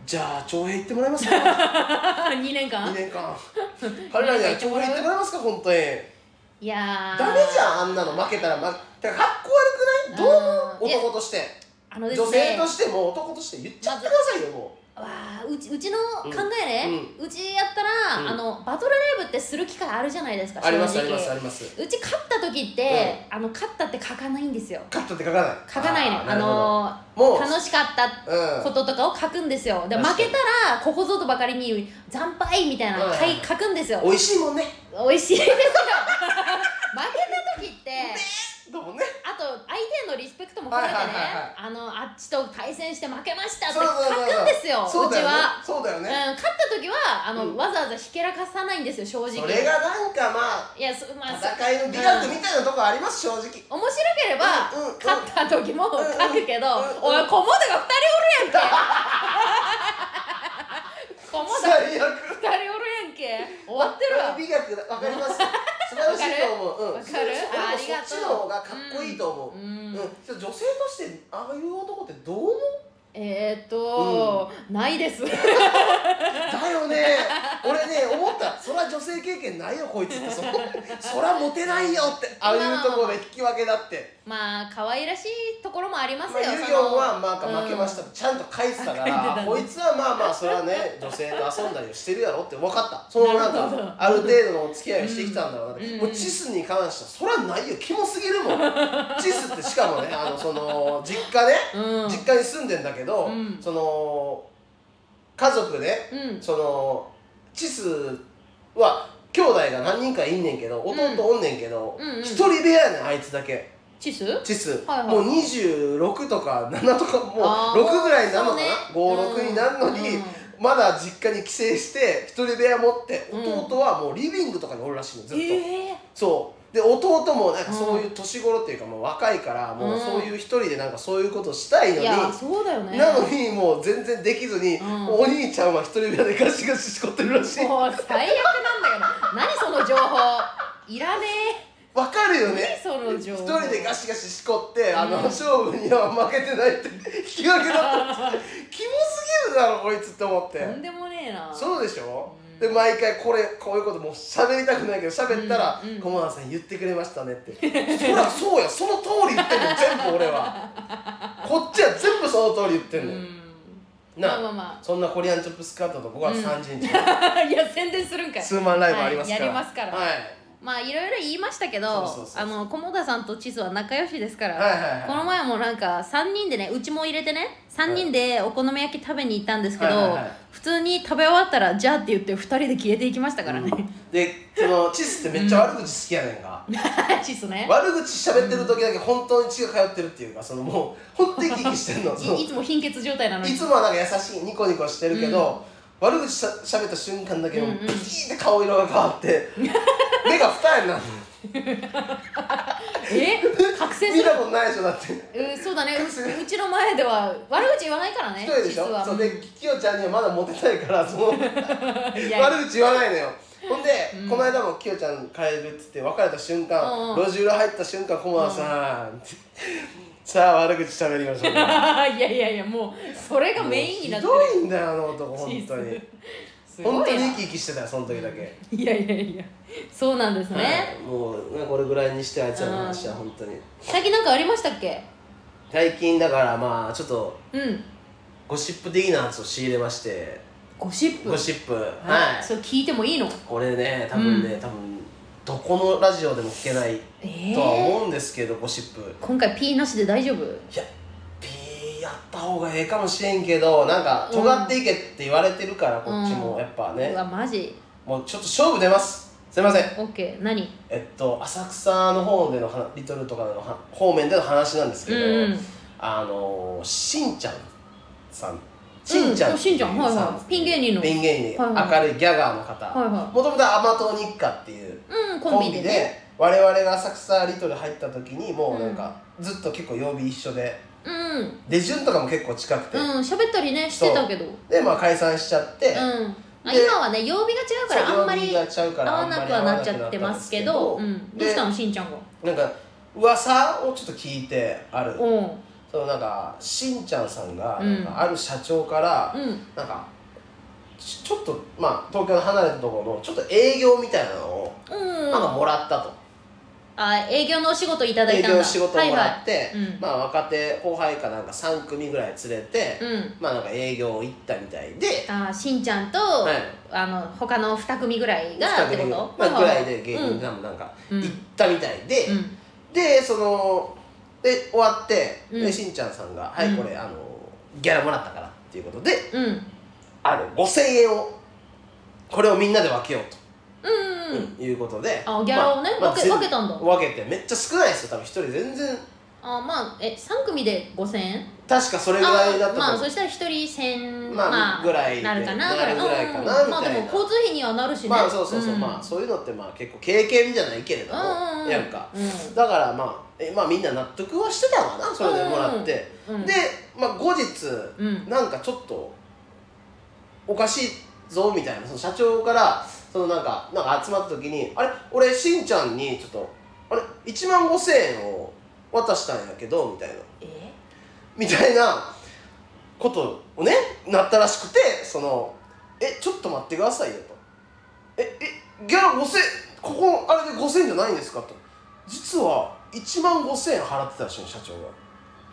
じゃあ徴兵行ってもらえますか2年間2年間彼らには徴兵行ってもらえますか本当にいやーダメじゃんあんなの負けたら負けだからかっこ悪くないどううん思う男として、あのです女ね性としても男として言っちゃってくださいよもわあうちうちの考えね、うちやったうら、あんのバトルライブってする機会あるじゃないですかうあります正あり直ますありますうち勝った時って、あの勝ったって書かないんですよカットって書かない書かないのああーるのほどもう楽しかったうんこととかを書くんですよで負確かにけたらここぞとばかりに「惨敗」みたいなの書いうん書くんですよ美味しいもんね美味しいですよ 負けた時ってどうもねあと相手へのリスペクトも込めてね、はいはいはいはいあのあっちと対戦して負けましたってそうそうそうそう書くんですよそううだちよねは、そうだよね、うん、勝った時はあの、うんわざわざひけらかさないんですよ正直それがなんかまいやそまああそ戦いの美学みたいなとこあります正直面白ければ、うんうんうん勝った時もんうん書くけど、うんうおんい小物が2人おるやん け小物が2最悪人おるやんけ終わってるわ美学だわかります素晴らしいと思うわうんかるそありがとうそっちの方がかっこいいと思うううんん女性としてああいう男ってどう思うえー、っと、ないです だよね俺ね思ったそら女性経験ないよこいつってそのそらモテないよってああいうところで引き分けだってまあ可愛らしいところもありますまあよ、ユそギのョンはまあ負けましたうんちゃんと返してた か書いてたらねこいつはまあまあそれ はね女性と遊んだりをしてるやろって分かったそのなんなるほどかある程度のお付き合いをしてきたんだろうなってうんもうチスに関してはそらないよキモすぎる もんチスってしかもねあのその実家ねうん実家に住んでんだけどうんその家族ねうんそのチスは兄弟が何人かいんねんけどん弟おんねんけどうんうん一人部屋やねんあいつだけチスチス、はいはいもう26とか7とかもうあー6ぐらいになるのかな、そうね56になるのに、うんまだ実家に帰省して一人部屋持ってうん弟はもうリビングとかにおるらしいのずっと、ええそうで弟もなんかそういう年頃っていうか、もう若いからもうそういう一人でなんかそういうことしたいのいに、やそうだよねなのにもう全然できずに、うんお兄ちゃんは一人部屋でガシガシしこってるらしいもう最悪なんだけど何その情報いらねわかるえよ何ねその一情報人でガシガシしこって、あのうん勝負には負けてないって引き分けだったってキモすぎるだろこいつって思ってとんでもねえなそうでしょ、うんで毎回これこういうこともう喋りたくないけど喋ったらうんうん「駒、田さん言ってくれましたね」って「そりゃそうやその通り言ってんの全部俺はこっちは全部その通り言ってうんのよ、んなまあまあまそんなコリアンチョップスカートと5月30日、 あいや宣伝するんかい数万ライブありますから、はいやりますからはいまあいろいろ言いましたけどそうそうそうあの菰田さんとチスは仲良しですから、はいはいはいこの前もなんか3人でねうちも入れてね3人でお好み焼き食べに行ったんですけど、はいはいはい普通に食べ終わったら「じゃあ」って言って2人で消えていきましたからね、でそのチスってめっちゃ悪口好きやねんか、 チスね悪口喋ってる時だけ本当に血が通ってるっていうかそのもう本当に生き生きしてんのそのいいつも貧血状態なのにいつもはなんか優しいニコニコしてるけど、悪口しゃ喋った瞬間だけうんうんピーって顔色が変わって 目が二重になるえ覚醒す見るたことないでしょだってうんそうだねううちの前では悪口言わないからね一人でしチスはょそうできよちゃんにはまだモテたいからそのいや悪口言わないのよほんで、この間もきよちゃん帰るっつって別れた瞬間、うんうん路地裏入った瞬間駒田さん、ってさあ悪口喋りま しょういやいやいやもうそれがメインになってるもうひどいんだよあの男本当にすごいな本当に生き生きしてたよその時だけ、いやいやいやそうなんですね、はいもうなんか俺ぐらいにしてあいつらの話は本当に最近なんかありましたっけ最近だからまあちょっとうんゴシップ的な話を仕入れましてゴシップゴシップはい、それ聞いてもいいのこれね多分ね、う多分どこのラジオでも聞けないええとは思うんですけど、ゴシップい今回 P なしで大丈夫や P やった方がええかもしれんけどなんか尖っていけって言われてるから、こっちもやっぱねう、わマジもうちょっと勝負出ますすいません OK 何えっと浅草の方での話リトルとかのは方面での話なんですけうんど、うんあのー、しんちゃんさんうしんんちゃん、あしんちゃんはいはいピン芸人のピン芸人、はいはい明るいギャガーの方はいはもともと甘党日課っていううんココンンビビででね我々が浅草リトル入った時にもうなんか、ずっと結構曜日一緒でうん出順とかも結構近くて、うん喋ったりねしてたけどうでまあ解散しちゃって、んあで今はね曜日が違うからあんま曜日りがちゃうか合らわなくはなっちゃってますけどあうんまり合わなくなったんですんけどどうしたのでしんちゃんがなんか噂をちょっと聞いてあるうんそのなんかしんちゃんさんがうんなんかある社長から、うんなんかちちょっとまあ東京の離れたところのちょっと営業みたいなのをうんなんかもらったと、あ営業のお仕事いただい営たんだ業仕事をもらって、いはいうんまあ若手後輩かなんか3組ぐらい連れて、はいはいうんまあなんか営業行ったみたいで、あしんちゃんとはい、あの他の2組ぐらいがっ2てこ組とぐはらいまあはぐらいで芸う人んさんもなんかう行んったみたいで、うんでそので終わって、うんでしんちゃんさんが「はいうんこれ、あのギャラもらったから」っていうことでうんある5,000円をこれをみんなで分けようと。うんうんいうことであギャラをね分け全分けたんだ分けてめっちゃ少ないですよ多分一人全然あまあえ3組で5000円確かそれぐらいだあったとまあ思そうしたら1人1000まあぐらいでなるかななるぐらいかなうんまあみたいでなも交通費にはなるしねまあそうそうそう、んまあそういうのってまあ結構経験じゃないけれども、うんうんうんやんかうんだからまあえまあみんな納得はしてたのかなそれでもらって、うんで、まあ、後日、うんなんかちょっとおかしいぞみたいなその社長からそのなんかなんか集まった時に「あれ俺しんちゃんにちょっとあれ1万5千円を渡したんやけど」みたいなえみたいなことをねなったらしくてその「えちょっと待ってくださいよ」と「ええギャラ5000ここあれで5000じゃないんですか?」と実は1万5000円払ってたらしいの社長が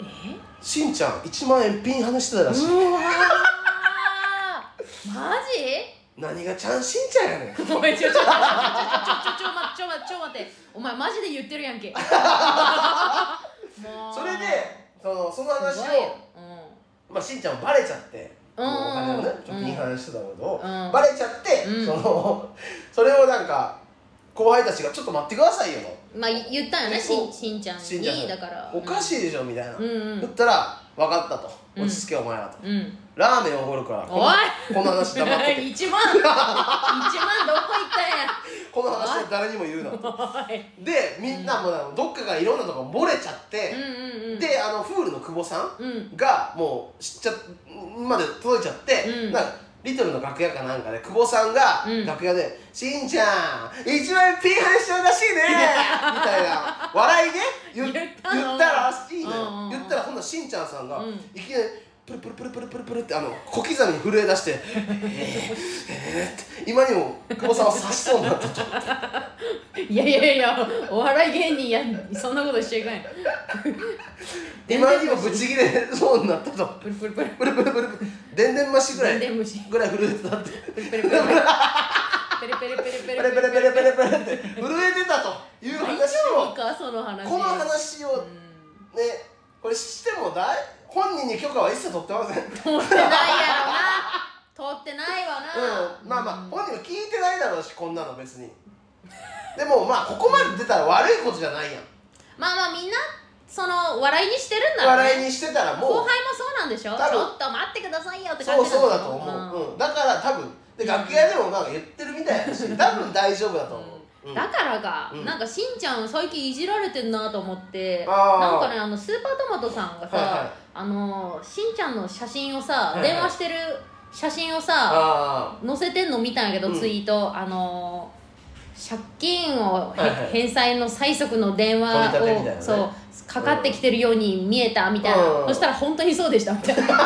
えしんちゃん1万円ピン話してたらしい、うわーマジ何がちゃんしんちゃんやねんごめんちょちょちょちょちょちょちょちょ待ってちょ待ってちょ待ってお前マジで言ってるやんけもうそれでそのその話すをごいようんまあ、しんちゃんもバレちゃっうて、んお金をねちょっうとんピン話してたことを、うんバレちゃって、うんそのそれをなんか後輩たちが「ちょっと待ってくださいよ」とまあ言ったよねしんしんちゃんしんちゃんにだからおかしいでしょみたいな、うんうんだったら「分かった」と「うん落ち着けお前ら」とうん、うん「ラーメンおごるからこおいのこの話黙ってて一万一万どこ行っこの話を誰にも言うな」とたんやおいでみんなもうなんかどっかがいろんなとこ漏れちゃってう、んうんうんであのフールの久保さんうんがもう知っちゃまで届いちゃって、うんなんかリトルの楽屋かなんかで久保さんがうん楽屋で「しんちゃん一番いい P 配してるらしいね」みたいな笑いね言言ったの言ったらいいのよ、うんうんうん言ったらほんならしんちゃんさんが、うんいきなりプルプルプルプルプルプルってあの小刻みに震え出して「えー、えー、って今にも久保さんは刺しそうになったといやいやいやお笑い芸人やそんなことしちゃいかんや今にもブチギレそうになったとプルプルプルプルプルプルプルでんでんましぐら全い然無視ぐらい震えてたって。プルプルプルペルペルペペルペレペルレペレペレペレって震えてたという大話丈夫をかその話この話をねこれしてもだい本人に許可は一切取ってませんうん通ってないやろな通ってないわな、まあまあ本人は聞いてないだろうしこんなの別にでもまあここまで出たら悪いことじゃないやんまあまあみんなその笑いにしてるんだろうね笑いにしてたらもう後輩もそうなんでしょちょ多分っと待ってくださいよって感そじうそうだと思う、うん、だから多分で楽屋でもなんか言ってるみたいだ し多分大丈夫だと思う、うんだからか、うんなんかしんちゃん最近いじられてんなと思ってあーなんかねあのスーパートマトさんがさ、はいはいあのしんちゃんの写真をさ、はいはい電話してる写真をさあ載せてんの見たんやけど、うんツイートあの借金をへ、はいはい返済の最速の電話取り立てみを、たいなねそうかかってきてるように見えたみたいな、うんそしたら本当にそうでしたみたいな書か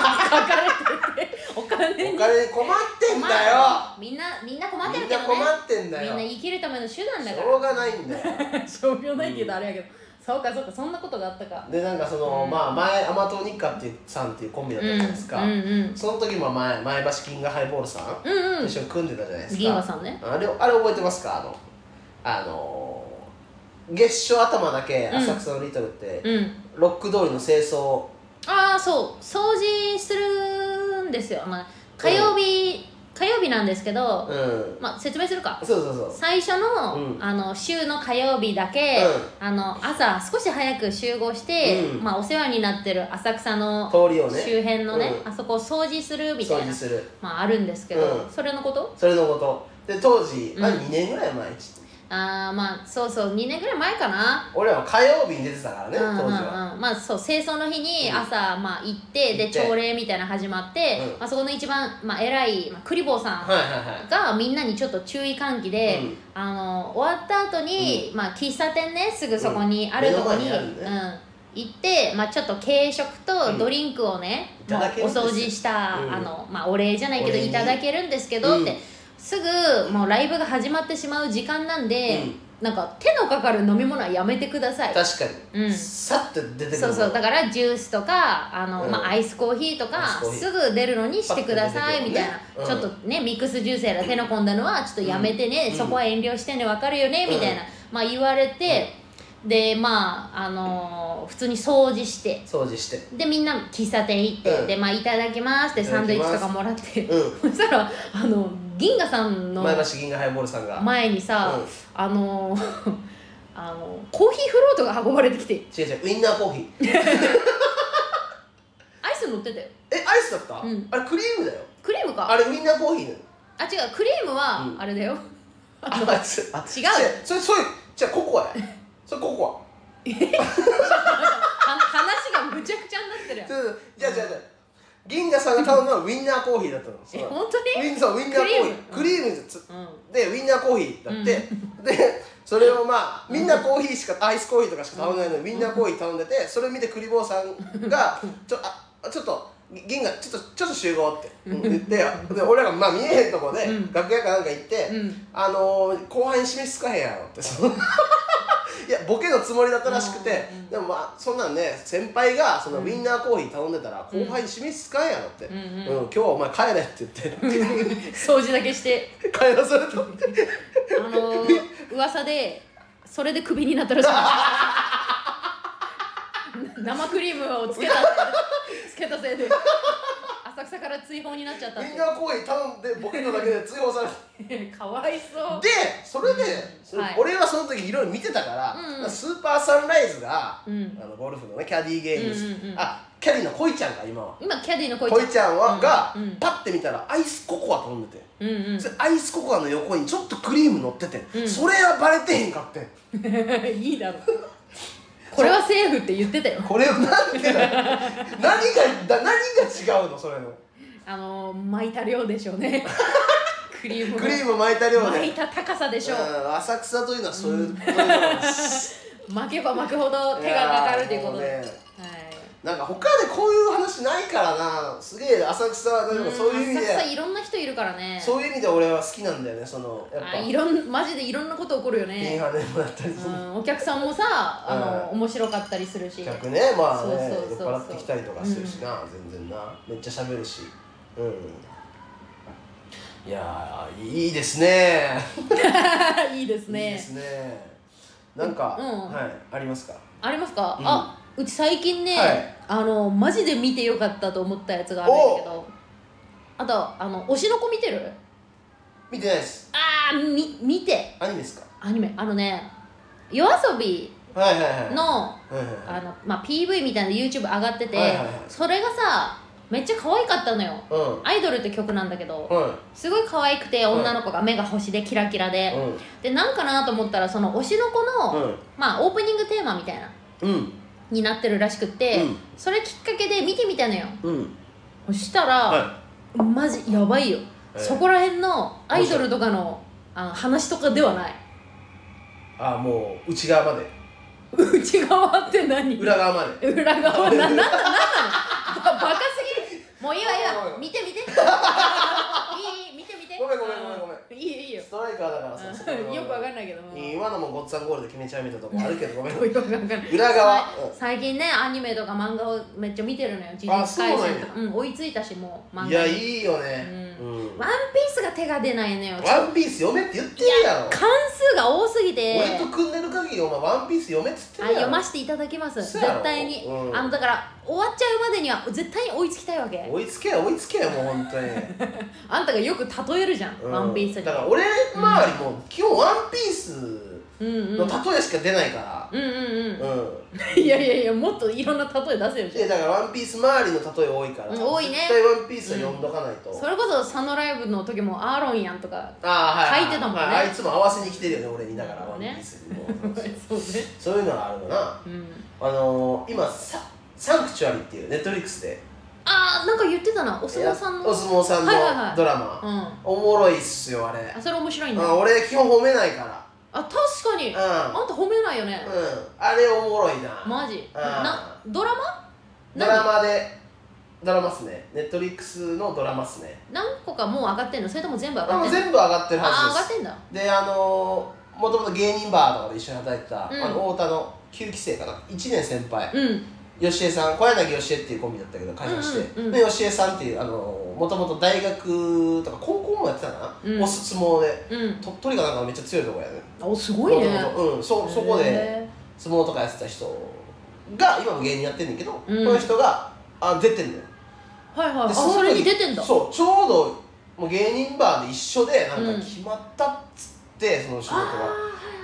れてておー金おに金に困ってんだよみんなみんな困ってるみんけなどね困ってんみだんなよ生きるための手段だしかょうがないんだよら しょうがないけどあれやけど、そうかそうかそんなことがあったかでなんかその、うんまあ前アマトニカっていうさんっていうコンビだったじゃないですか、うんうんうんその時も前前橋銀河ハイボールさん、うんうん一緒に組んでたじゃないですか銀河さんねあれあれ覚えてますかあのあのー月初頭だけうん浅草のリトルって、うんロック通りの清掃ああそう掃除するんですよ、まあ、火曜日、火曜日なんですけど、うんまあ説明するかそうそうそう最初の,、うんあの週の火曜日だけ、あの朝少し早く集合して、うんまあ、お世話になってる浅草の通りをね周辺のね、うんあそこを掃除するみた掃いな除するまああるんですけど、うんそれのことそれのことで当時、あうん2年ぐらい前ああまあそうそう2年ぐらい前かな、俺らは火曜日に出てたからね、うんうん当うん時は、まあそう清掃の日にうん朝、まあ行って行でって朝礼みたいなの始まって、うんまあ、そこの一番、まあ、偉い、まあ、クリボーさんはいはいはいがみんなにちょっと注意喚起で、うんあの終わった後に、まあ喫茶店ねすぐそこにあるとこに、目うのん前にある行って、まあ、ちょっと軽食とドリンクをね、うんいただけるもんうおですよ掃除した、うんあのまあ、お礼じゃないけおど礼にいただけるんですけどって、うんすぐもうライブが始まってしまう時間なんで、うんなんか手のかかる飲み物はやめてください確かに、うんさっと出てくるそうそうだからジュースとかあの、うんまあ、アイスコーヒーとアイスかコーヒーすぐ出るのにしてくだパッさとい出てくるのねみたいな、うんちょっとねミックスジュースやら手の込んだのはちょっとやめてね、うんそこは遠慮してね分かるよね、うんみたいな、まあ、言われて、でまああのー普通に掃除して掃除してでみんな喫茶店行って、うんでまあいただきますっていただサきンますドイッチとかもらって、うんそしたらあの銀河さんの前橋銀河ハイボールさんが前にさ、うんあのーあのコーヒーフロートが運ばれてきて違う違うウインナーコーヒ アーイス乗ってたよえアイスだった、うんあれクリームだよクリームかあれウインナーコーヒーだよあ違うクリームうはんあれだよ、ああいつあ違うそれそれじゃココア やそれココは話がむちゃくちゃになってるやんアちょっとじゃあじゃあじゃあ銀河さんが頼んだのはウインナーコーヒーだったのそうえ本当ウにィンそうウインナーコーヒーククリリームつうんでウインナーコーヒーだって、 でそれをまあみんなコーヒーしかアイスコーヒーとかしか頼んでないのにみんなコーヒー頼んでてそれ見てクリボーさんが「ちょあちょっと銀河ちょっとちょっと集合」って言ってで俺らがまあ見えへんとこでうん楽屋かなんか行ってうん「あのー後輩に示すかへんやろ」ってその いやボケのつもりだったらしくてうんうんでもまあそんなんね先輩がそのウインナーコーヒー頼んでたら後輩に示すかへんやろって「うんうんうん今日はお前帰れ」って言って掃除だけして帰らされた。 あのー、噂でそれでクビになったらしい 生クリームをつけたせいでつけたせいで浅草から追放になっちゃったっみんな公演頼んでボケただけで追放されたて かわいそうでそれで、それはい俺はその時いろいろ見てたから、うんうんなんかスーパーサンライズが、うんあのゴルフのねキャディーゲームズ、うんうんうんあキャディーの恋ちゃんか今は今キャディの声恋ちゃんは、が、うんうんパッて見たらアイスココア飛んでて、うんうんそれアイスココアの横にちょっとクリーム乗ってて、うんそれはバレてへんかってん いいだろこれはセーフって言ってたよこれをなんでだよ 何がだ何が違うのそれのあのー巻いた量でしょう ねクリームをクリーム巻いた量で巻いた高さでしょううん浅草というのはそういうことなんです、巻けば巻くほど 手がかかるということいで、やーもはうねいなんか他でこういう話ないからなすげえ浅草はなんかそういう意味んで浅草いろんな人いるからねそういう意味で俺は好きなんだよねそのやっぱあいろんマジでいろんなこと起こるよピンね、ハネもだったりすうるん、お客さんもさあの、う面白かったりするし客ねまあねそうそうそうそう酔っ払ってきたりとかするしな、全然なめっちゃ喋るしうんいやーいいですね いいですいいねですねなんか、うんはいありますかありますか、うんあうち最近ね、はいあのマジで見てよかったと思ったやつがあるんだけどあとあの推しの子見てる見てないですあーみ見てアニメですかアニメあのね夜遊びはいはいはいのはいはいはいあの、まあ、PV みたいな YouTube 上がってて、はいはいはいそれがさめっちゃ可愛かったのようん「アイドル」って曲なんだけどはすごい可愛くてはい女の子が目が星でキラキラいで、でなんかなと思ったらその推しの子の、まあオープニングテーマみたいなうんうんになってるらしくって、それきっかけで見てみたのようんうんそしたら、はマジやばいよ、えーそこら辺のアイドルとかのあの話とかではないあもう内側まで内側って何裏側まで裏側な なんだなんなのばバカすぎるもういいわいいごめんごめわん見て見 ていいいい見て見てごめんごめんごめんごめんうんいいよいいよストライカーだからさそこうんのよくわかんないけども今のもごっつぁんゴールで決めちゃうみたいなとこあるけどごめんよくわかんない裏側さうん最近ねアニメとか漫画をめっちゃ見てるのよ呪術そうな廻んや戦とかうん追いついたしもう漫画にいやいいよね、ううんワンピースが手が出ないのよワンピース読めって言ってるやろ関数が多すぎて俺と組んでる限りお前ワンピース読めっつってあるや読ろませていただきますそうやろ絶対に、うんあのだから終わっちゃうまでには絶対に追いつきたいわけ追いつけよ追いつけよもう本 当に、あんたがよく例えるじゃん「うんワンピースにだから俺周りも基本ワンピースうんうんうんの例えしか出ないからうんうん、うんいやいやいやもっといろんな例え出せるじゃでだからワンピース周りの例え多いから、うん多いね絶対ワンピースは読んどかないと、んそれこそサノライブの時も「アーロンやん」とかああはい書いてたもんねはいあいつも合わせに来てるよね俺にだからワンピース にもそうねそういうのがあるのなうんあのー、今ササンクチュアリっていうネットリックスであーなんか言ってたなお相撲さんのおうん相撲さんのはいはいはいドラマ、あおもろいっすよあれ、それ面白いんうん、だ俺基本褒めないかあ確かにあんらた褒めないよねうん、うん、あれおもろいな、マジうんなドラマドラマでドラマっすねネットリックスのドラマっすね何個かもう上がってんのそれとも全部上あがもってうんの全部上がってるあー上はずがでっすてんだであのー、もともと芸人バーとかで一緒に働いてた、うんあの太田の9期生かな1年先輩、うん吉江さん小柳吉江っていうコンビだったけど解散して、うんうんうんで吉江さんっていうあのもともと大学とか高校もやってたかな、うんお相撲でうん鳥取がなんかめっちゃ強いとこやねおすごいね元々うんそそこでへ相撲とかやってた人が今も芸人やってんねんけど、うんこの人があ出てんのよーはいはいであの時それに出てんだそうちょうどもう芸人バーで一緒でなうんんか決まったっつって、その仕事あが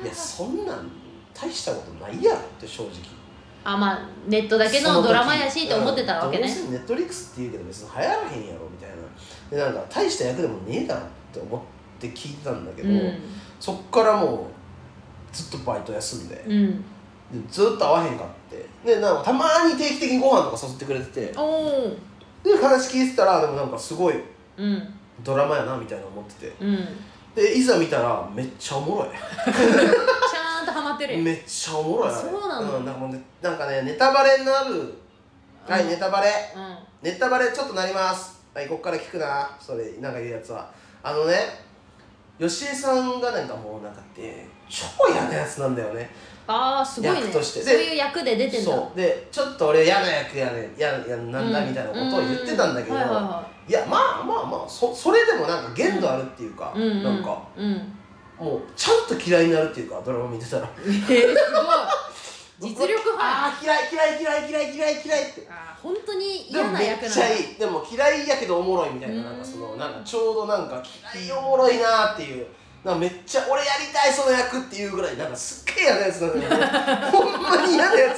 ーいやそんなん大したことないやろって正直あまあネットだけのドラマやしと思ってたわけねその時うんどうせネットリックスって言うけど別に流行らへんやろみたいなでなんか大した役でもねえだろって思って聞いてたんだけうど、んそっからもうずっとバイト休んで,、うんでずっと会わへんかってでなんかたまに定期的にご飯とか誘ってくれてておおで話聞いてたらでもなんかすごいうんドラマやなみたいな思っててうんでいざ見たらめっちゃおもろいちゃんとハマってるよめっちゃおもろいあれそうなんだん、なんかもうねなんかねネタバレになるはいネタバレうんネタバレちょっとなりますはいこっから聞くなそれなんか言うやつはあのね吉江さんがなんかもうなんかって超嫌なやつなんだよねああすごいね役としてそういう役で出てんだそうでちょっと俺嫌な役やね嫌なやなんだみたいなことを言ってたんだけど、うはいはいやまあまあまあそそれでもなんか限度あるっていうか、いはいうんなんかうん もうちゃんと嫌いになるっていうかドラマ見てたらえーすごい実力派ああ嫌い嫌い嫌い嫌い嫌い嫌いってあー本当にで嫌もなめ役っなんちだゃいいでも嫌いやけどおもろいみたいななんかそのなんかちょうどなんか嫌いおもろいなーっていうなんかめっちゃ俺やりたいその役っていうぐらいなんかすっげえ嫌なやつなのよほんまに嫌なや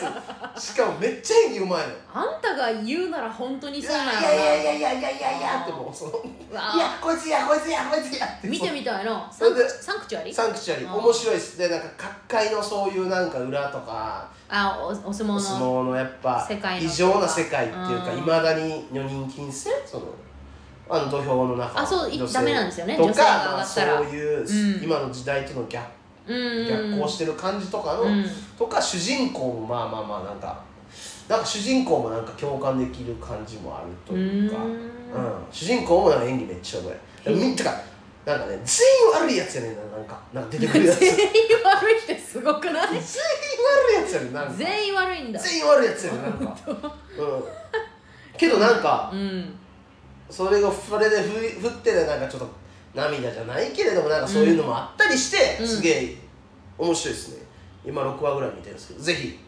つしかもめっちゃ演技うまいのあんたが言うなら本当にいそうなんやろやいなやいやいやいやいやいやってもうそのうわいやこいつやこいつやこいつやって見てみたいなそれでサンクチュアリサンクチュアリあー面白いですでなんか各界のそういうなんか裏とかあおお相撲おの相撲のやっぱ世界の異常な世界っていうかうんいまだに女人禁制そのあの土俵の中あそうい女性ダメなんですよねと女性かが上がまあったそうらいう、うん今の時代とのギャッうん逆行してる感じとかの、うんとか主人公もまあまあまあなんかなんか主人公もなんか共感できる感じもあるというかうーんうん主人公もなんか演技めっちゃうまいだからみてかなんかね全員悪いやつやねんななんかなんか出てくるやつ全全員員悪いってすごくない悪いやつやねんなんか全員悪いんだ全員悪いやつやねんなんかうんけどなんかうんそれがそれでふ降ってなんかちょっと涙じゃないけれどもなんかそういうのもあったりして、うんすげえ面白いですね今6話ぐらい見てるんですけどぜひ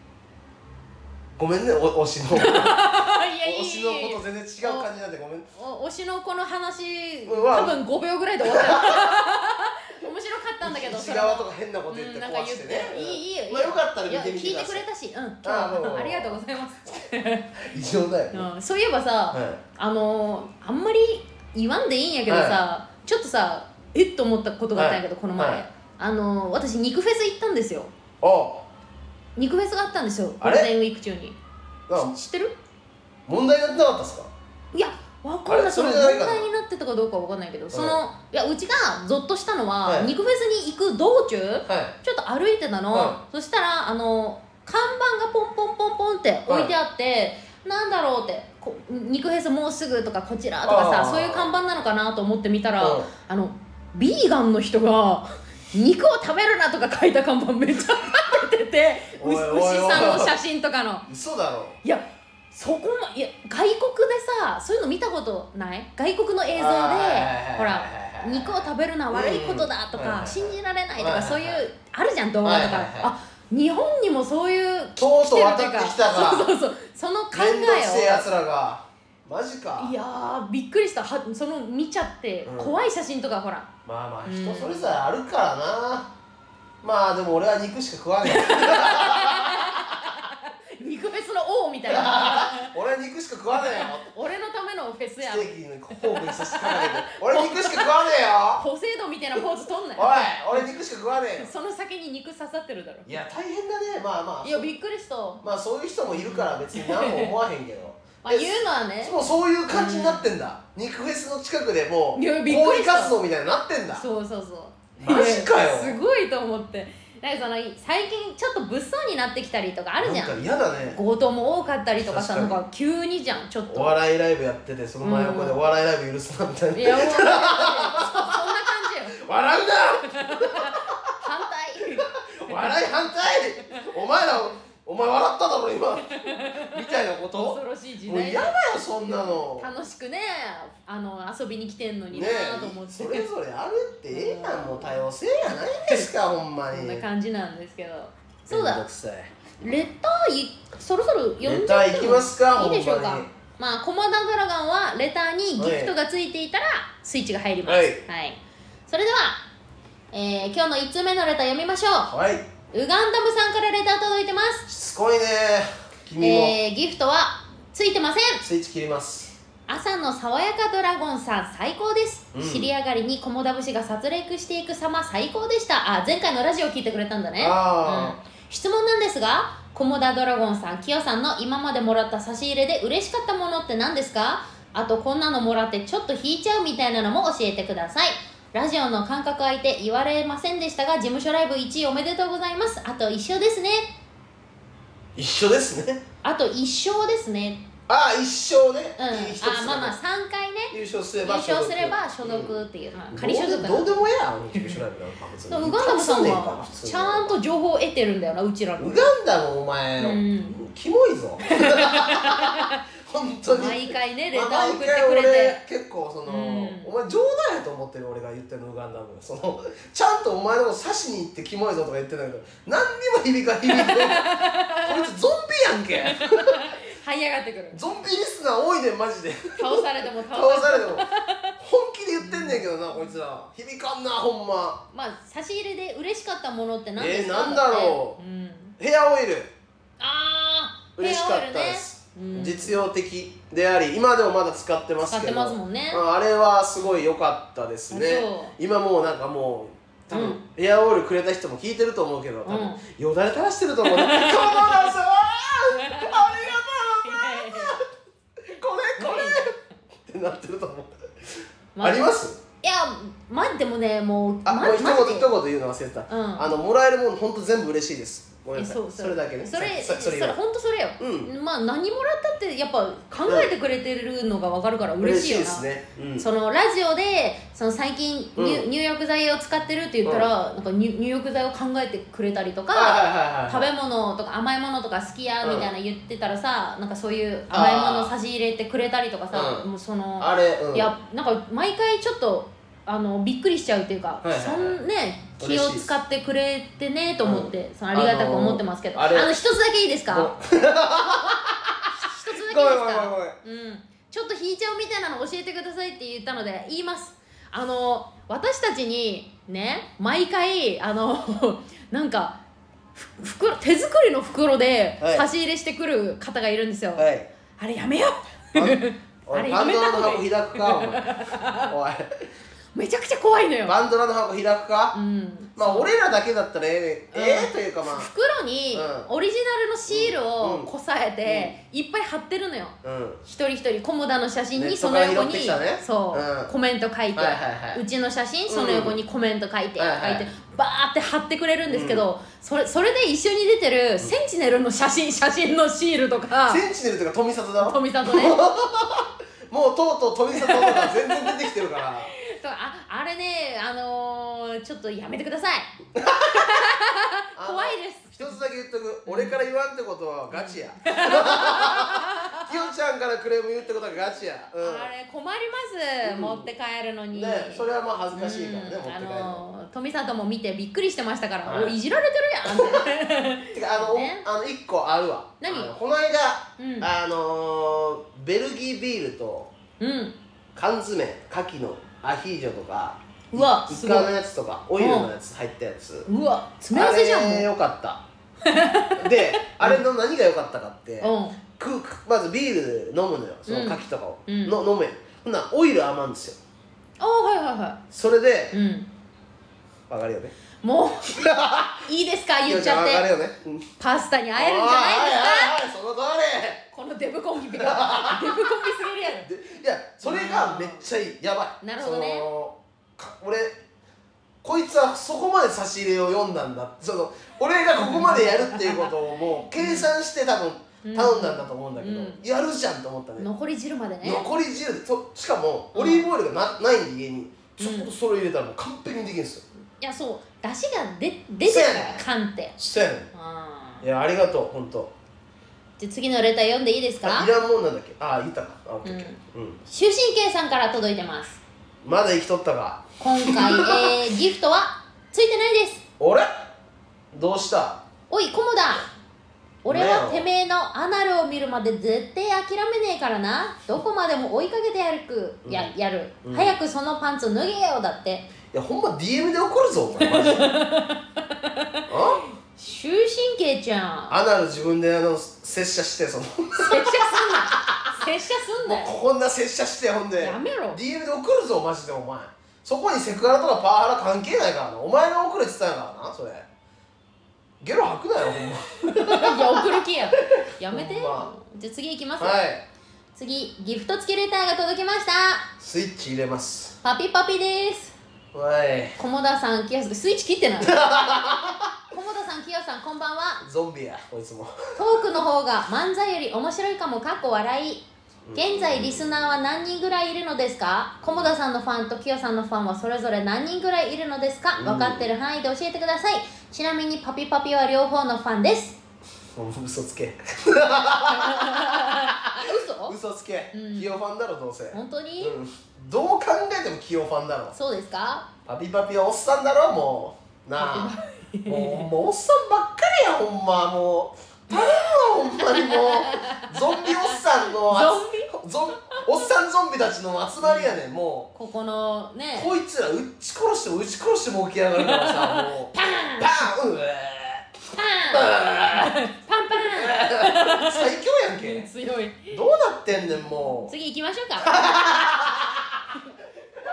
ごめんねお推しのあいやい推いしのこと全然違う感じなんでごめんお推しのこの話うわ多分5秒ぐらいで終わった 面白かったんだけど内それ側ともか変なこと言っうてんなんか壊言しっててね、いいいいよいいまあ、よかったらい見やてみ聞ていくてだくさいれたしうん今日あもうはありがとうございます 異常だよ、ねうんそういえばさ、はいあのーあんまり言わんでいいんやけどさ、ちょっとさえっと思ったことがあったんやけど、この前、はいあのー私肉フェス行ったんですよあ肉フェスがあったんですよゴあーれルデンウィーク中になんか知知ってる問題になってなかったですかいやわかんあなれいそのそれじゃな問いかな題になってたかどうかわかんないけど、んそのいやうちがゾッとしたのは、はい肉フェスに行く道中はいちょっと歩いてたの、はそしたらあの看板がポンポンポンポンって置いてあって、なんだろうってこ肉フェスもうすぐとかこちらとかあさーそういう看板なのかなと思ってみたら、うんあのビーガンの人が「肉を食べるな」とか書いた看板めっちゃ立ててておいおいおい牛さんの写真とかの。嘘だろいやそこもいや外国でさそういうの見たことない外国の映像でほら肉を食べるのは悪いことだとうんはいか、はい信じられないとはいはか、いそういうあるじゃん動画とか、はいはいはいあ日本にもそういうとうとう来て渡るっていうきたかそうそうそうその考面倒くせええやつらがマジかをいやーびっくりしたはその見ちゃって、うん怖い写真とかほらまあまあうん人それぞれあるからな、まあでも俺は肉しか食わない 肉フェスの王みたいな俺は肉しか食わねえよ俺のためのフェスやステーキのフォークに差し掛かれて俺肉しか食わねえよポセイドンみたいなポーズとんなよおい俺肉しか食わねえよその先に肉刺さってるだろいや大変だねまあまあいやびっくりした、ままあそういう人もいるから別に何も思わへんけどあ、言うのはねでもそういう感じになってんだ、肉フェスの近くでもういやびっくりした活動みたいになってんだそうそうそうマジかよいやすごいと思ってなんかその最近ちょっと物騒になってきたりとかあるじゃなんんか嫌だね強盗も多かったりとかさな確んかにか急にじゃんちょっとお笑いライブやっててその真横でうお笑いライブ許すなみたいな、いやもうそそんな感じよ笑うな反対笑い反対お前らお前笑っただろ今みたいなこと恐もろしい時う代嫌だよそんなの楽しくねあの遊びに来てんのにねなえと思って、それぞれあるってええやんもう多様性やないですかほんまそんにな感じなんですけどそうめんどだくさいレターいそろそろ読んネじゃタって行きもますかいほいんまでにしょうかまあコマダドラゴンはレターにギフトがついていたらスイッチが入りますはいそれでは、えー今日の1つ目のレター読みましょはいうウガンダムさんからレター届いてます、しつこいね君も、えーギフトはついてませんスイッチ切ります朝の爽やかドラゴンさん最高です、うん尻上がりにコモダ節が殺戮していく様最高でしたあ前回のラジオ聞いてくれたんだねあうん質問なんですがコモダドラゴンさんキヨさんの今までもらった差し入れで嬉しかったものって何ですかあとこんなのもらってちょっと引いちゃうみたいなのも教えてくださいラジオの感覚相手言われませんでしたが事務所ライブ1位おめでとうございますあと一生ですね一緒ですねあと一生ですねああ一生ね、うんあいい人ですねまあまあ3回ね優勝す優れば勝すれば所うん属っていう、まあ、仮所属どうでなどうでもええやん優勝ライブなんか別ウガンダムさんは普通にちゃんと情報を得てるんだよなうちらのウガンダムお前、 うんキモいぞ本当に毎毎回ねレタまあー送って毎回くれて俺結構その、うんお前冗談やと思ってる俺が言ってるのウガンダムそのちゃんとお前のこと刺しに行ってキモいぞとか言ってたけど何にも響か響いて ないこいつゾンビやんけ這い上がってくるゾンビリスナー多いねんマジで倒されても倒倒されてされても本気で言ってんねんけどなこいつら響かんなほんまもまあ差し入れで嬉しかったものって何ですかえーなんだろう、うん、ヘアオイルああ嬉しかったです、うん実用的であり今でもまだ使ってます使っけどてますもんねああれはすごい良かったですねそ今もうなんかもう多う分んエアオールくれた人も聞いてると思うけど多うん分よだれ垂らしてると思うねこのダンスわーありがとうこれこれってなってると思うありますいやまでもねもうあまもう一マジ言で一言言うの忘れてたうんあのもらえるもの本当全部嬉しいですごめんえなさいそうそれだけねそれそそそそれれ以外本当それよ、うまあ何もらったってやっぱ考えてくれてるのが分かるから嬉し嬉しいいよでな、すねうんそのラジオでその最近入,、うん入浴剤を使ってるって言ったら、なんか入入浴剤を考えてくれたりとはいか、はいはいはい食べ物とか甘いものとか好きやうんみたいな言ってたらさ、なんかそういう甘いもの差し入れてくれたりとかさ、うんもうそのあれうんいやなんか毎回ちょっとあのびっくりしちゃうっていうか、いはいはいそんね気嬉しをいです使ってくれてねと思って、そのありがたく思ってますけど、あのーあれあの一つだけいいですかご一つだけいいですごめんごめんかごめんごめんうん、ちょっと引いちゃうみたいなの教えてくださいって言ったので言いますあの私たちにね毎回あの なんかふ袋手作りの袋ではい差し入れしてくる方がいるんですよ、はいあれやめよパンうあおれいやパンめドたラ方のが箱いい開くかお前めちゃくちゃ怖いのおいよ、パンドラの箱開くかうん、まあ俺らだけだったらええねえうんえというかま袋にうオリジナルのシールうんをこさえていっぱい貼ってるのよあうん一人一人コモダの写真ネにットそのから横拾ってにきたねそう、うんコメント書いて、はいはいはいうちの写真その横にコメント書いて、うんはいはい書いてバーって貼ってくれるんですけど、それそれで一緒に出てるセンチネルの写 真写真のシールとかセンチネルとか富里だろ富里 ねもうとうとう富里とか全然出てきてるからとああれねあのーちょっとやめてくださいあの怖いです一つだけ言っとく俺から言わんってことはガチ やきよちゃんからクレーム言うってことはガチやうんあれ困ります、うん持って帰るのに、ねそれはまあ恥ずかしいからねうん持って帰るあのの富里も見てびっくりしてましたから、はいおいいじられてるやんっててかあのねおあの一個あるわ何あのこの間 うんあのーベルギービールとうん缶詰牡蠣のアヒージョとかうわイすカごいのやつとかオイルのやつ入ったやつうわ詰め合あわせじゃんれよかったであれの何が良かったかってもうくくまずビール飲むのよその牡蠣とかを、うんうんの飲むやんほんならオイル余るんですよあはいはいはそれでいうんわかるよねもういいですか言っちゃっわかるてよねうんパスタに会えるんじゃないですかおいおいおいその通このデブコンビ デブコンビすぎるやりでいやそれがめっちゃいいやばいなるほどねそのか俺こいつはそこまで差し入れを読んだんだその俺がここまでやるっていうことをもう計算して多う分ん頼んだんだと思うんだけど、うんやるじゃんと思ったろね残り汁までね残り汁でとしかもうんオリーブオイルがなないんで家にうんちょっとそれ入れたらもう完璧にできるんですよいやそう出汁が出出てるから缶ってしたやねあんいやありがとう本当じゃあ次のレター読んでいいですあかいらんもんなんだっけああ言ったかあオッケーオッケーうん終身刑さんから届いてますまだ生きとったか今回、えー、ギフトはついてないです俺どうしたおいコモダ俺はてめえのアナルを見るまで絶対諦めねえからなどこまでも追いかけてやるくや,、うやる、うん早くそのパンツ脱げよだっていやほんま DM で怒るぞお前 マジであ終身刑ちゃんアナル自分であの拙者してそのも拙者 すんな拙者すんなようこんな拙者してほんでやめろ DM で怒るぞマジでお前そこにセクハラとかパワハラ関係ないからなお前が送れって言ってたんやからなそれゲロ吐くなよほんまいや送る気ややめて、ほんまじゃあ次いきます、はい次ギフト付きレターが届きましたスイッチ入れますパピパピですはい菰田さんキヨさんスイッチ切っ てない菰田さんキヨさんこんばんはゾンビやこいつもトークの方が漫才より面白いかもかっこ笑い現在リスナーは何人ぐらいいるのですか菰田さんのファンとキヨさんのファンはそれぞれ何人ぐらいいるのですかうん分かってる範囲で教えてくださいちなみにパピパピは両方のファンですもう嘘つけあ嘘嘘つけ、うんキヨファンだろどうせ、う本当に、ん、どう考えてもキヨファンだろそうですかパピパピはおっさんだろもうなあもうほんまおっさんばっかりやほんまもう頼むわほんまにもうゾンビおっさんのゾンビビゾンおっさんゾンビたちの集まりやねんもここのうねこいつら撃ち殺しても撃ち殺しても起き上がるからさもうパーンパンうパえーンパンパ最強やんーンけ強いどうなってんねんもう次行きま しょうか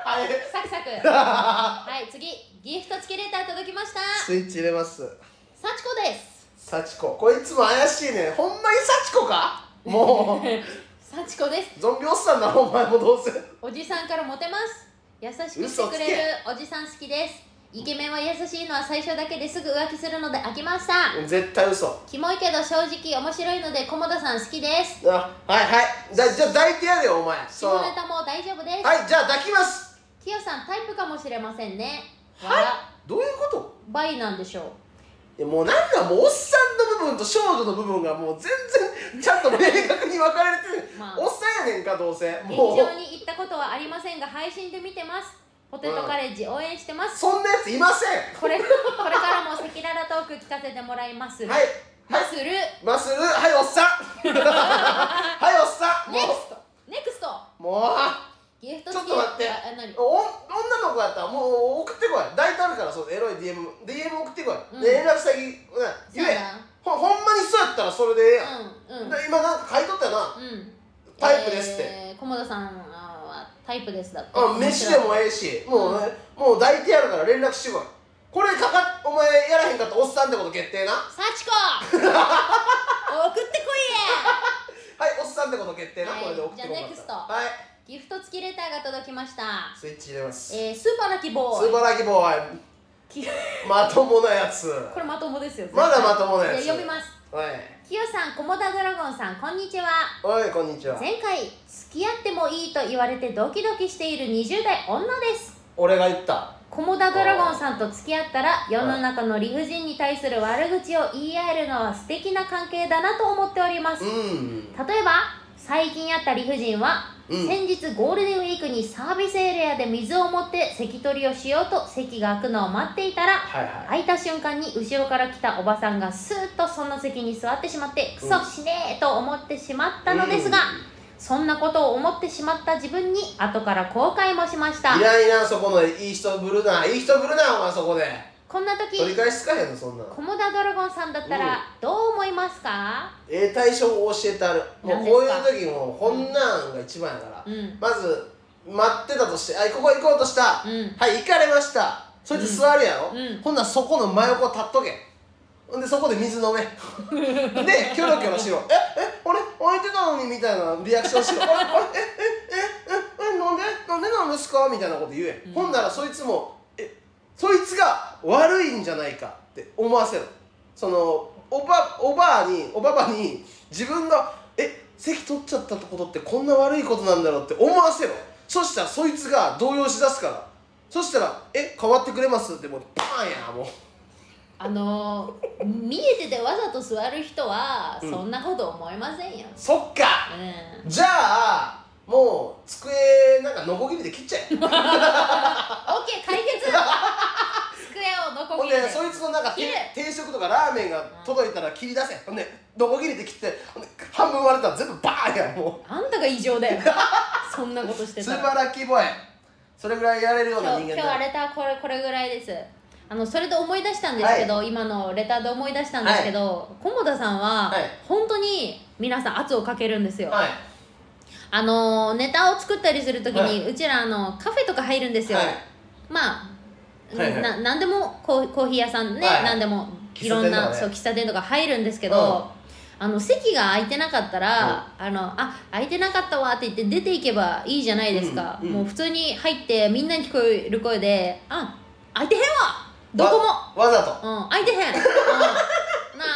はいサクサクはい次ギフト付きレター届きました スイッチ入れます幸子です幸子こいつも怪しいねほんまに幸子かもう幸子ですゾンビおっさんだろお前もどうせおじさんからモテます優しくして嘘くつけれるおじさん好きですイケメンは優しいのは最初だけですぐ浮気するので飽きました絶対嘘キモいけど正直面白いので菰田さん好きですあはいはいじゃじゃあ抱いてやれよお前そう下ネはタも大丈夫です、いじゃあ抱きますキヨさんタイプかもしれませんねはい笑どういうことバイなんでしょういやもうなんだもうおっさんの部分と少女の部分がもう全然ちゃんと明確に分かれてる、まあおっさんやねんかどうせ劇もう場に行ったことはありませんが配信で見てますポテトカレッジ応援してます、そんなやついませんこれこれからも赤裸々トーク聞かせてもらいまする、はいマはいッスルマスルはいおっさん はいおっさんネクもストネクストうもうギフトちょ付っきと待ってああ何お女の子やったらもう送ってこい大体あるからそうエロい DMDM 送ってこい、うんで連絡先、うん、言そうえやなほほんまにそうやったらそれでええやん、うんうんで今なんか書いとったよな、うんタイプですってえー、駒田さんはタイプですだってうん、飯でもええしもう、ねもう抱いてやるから連絡してこいこれかかっお前やらへんかったらおっさんってこと決定なは幸 子送ってこいいおっさんってこと決定な、はいこれで送ってこいじゃあネクストはいやギフト付きレターが届きました、スイッチ入れます、えー、スーパーラッキーボー素イ晴らしいボーイきまともなやつ これまともですよまだまともなやつじゃあ読みますはいきよさん、コモダドラゴンさん、こんにちは。おいこんにちは前回、付き合ってもいいと言われてドキドキしている20代女です。俺が言ったコモダドラゴンさんと付き合ったら、世の中の理不尽に対する悪口を言い合えるのは素敵な関係だなと思っております。う例んえば、最近あった理不尽は、うん先日ゴールデンウィークにサービスエリアで水を持って席取りをしようと席が空くのを待っていたら、はいはい開いた瞬間に後ろから来たおばさんがスーッとその席に座ってしまってクソしねえと思ってしまったのですが、そんなことを思ってしまった自分に後から後悔もしましたいらんいらんそこのいい人ぶるないい人ぶるなお前そこでこんな時取り返しつかへんのそんなんコモダドラゴンさんだったうんらどう思いますか、ええ対処法を教えてあるも何うですこうかいう時もうこんなんが一番やから、うんまず待ってたとしてあここ行こうとした、うんはい行かれましたそれで座るやろ、うんほんならそこの真横立っとけほんでそこで水飲めでキョロキョロしろええ俺空いてたのにみたいなリアクションしろあれあれえええええなんでなんでなんですかみたいなこと言え、うんほんならそいつもえそいつが悪いんじゃないかって思わせるそのおばおばあにおばばに自分がえ席取っちゃったことってこんな悪いことなんだろうって思わせろそしたらそいつが動揺しだすからそしたら「え変わってくれます?」ってもうパーンやもうあの ー見えててわざと座る人はうんそんなこと思いませんよ、そっかうん、じゃあもう机なんかノコギリで切っちゃえ OK 解 決机をのこほんぎりででそいつのなんか切定る定食とかラーメンが届いたら切り出せほんでノコギリで切ってほんで半分割れたら全部バーンやもうあんたが異常 だよそんなことしてスたーらパーラッキーボーイそれぐらいやれるような今日人今間日はだレターこれこれぐらいですあのそれで思い出したんですけど、今のレターで思い出したんですけど、菰田さんは、はい本当に皆さん圧をかけるんですよ、はいあのネタを作ったりするときに、はうちらあのカフェとか入るんですよ、はいまあ、はいはいな何でもコーコーヒー屋さんね、はい何でもい喫茶ろ店とかねんな、そう喫茶店とか入るんですけど、あの席が空いてなかったら、あのあ空いてなかったわって言って出ていけばいいじゃないですか、うんうんもう普通に入ってみんなに聞こえる声で「あ空いてへんわどこも、わわざとうん、空いてへん、うん、な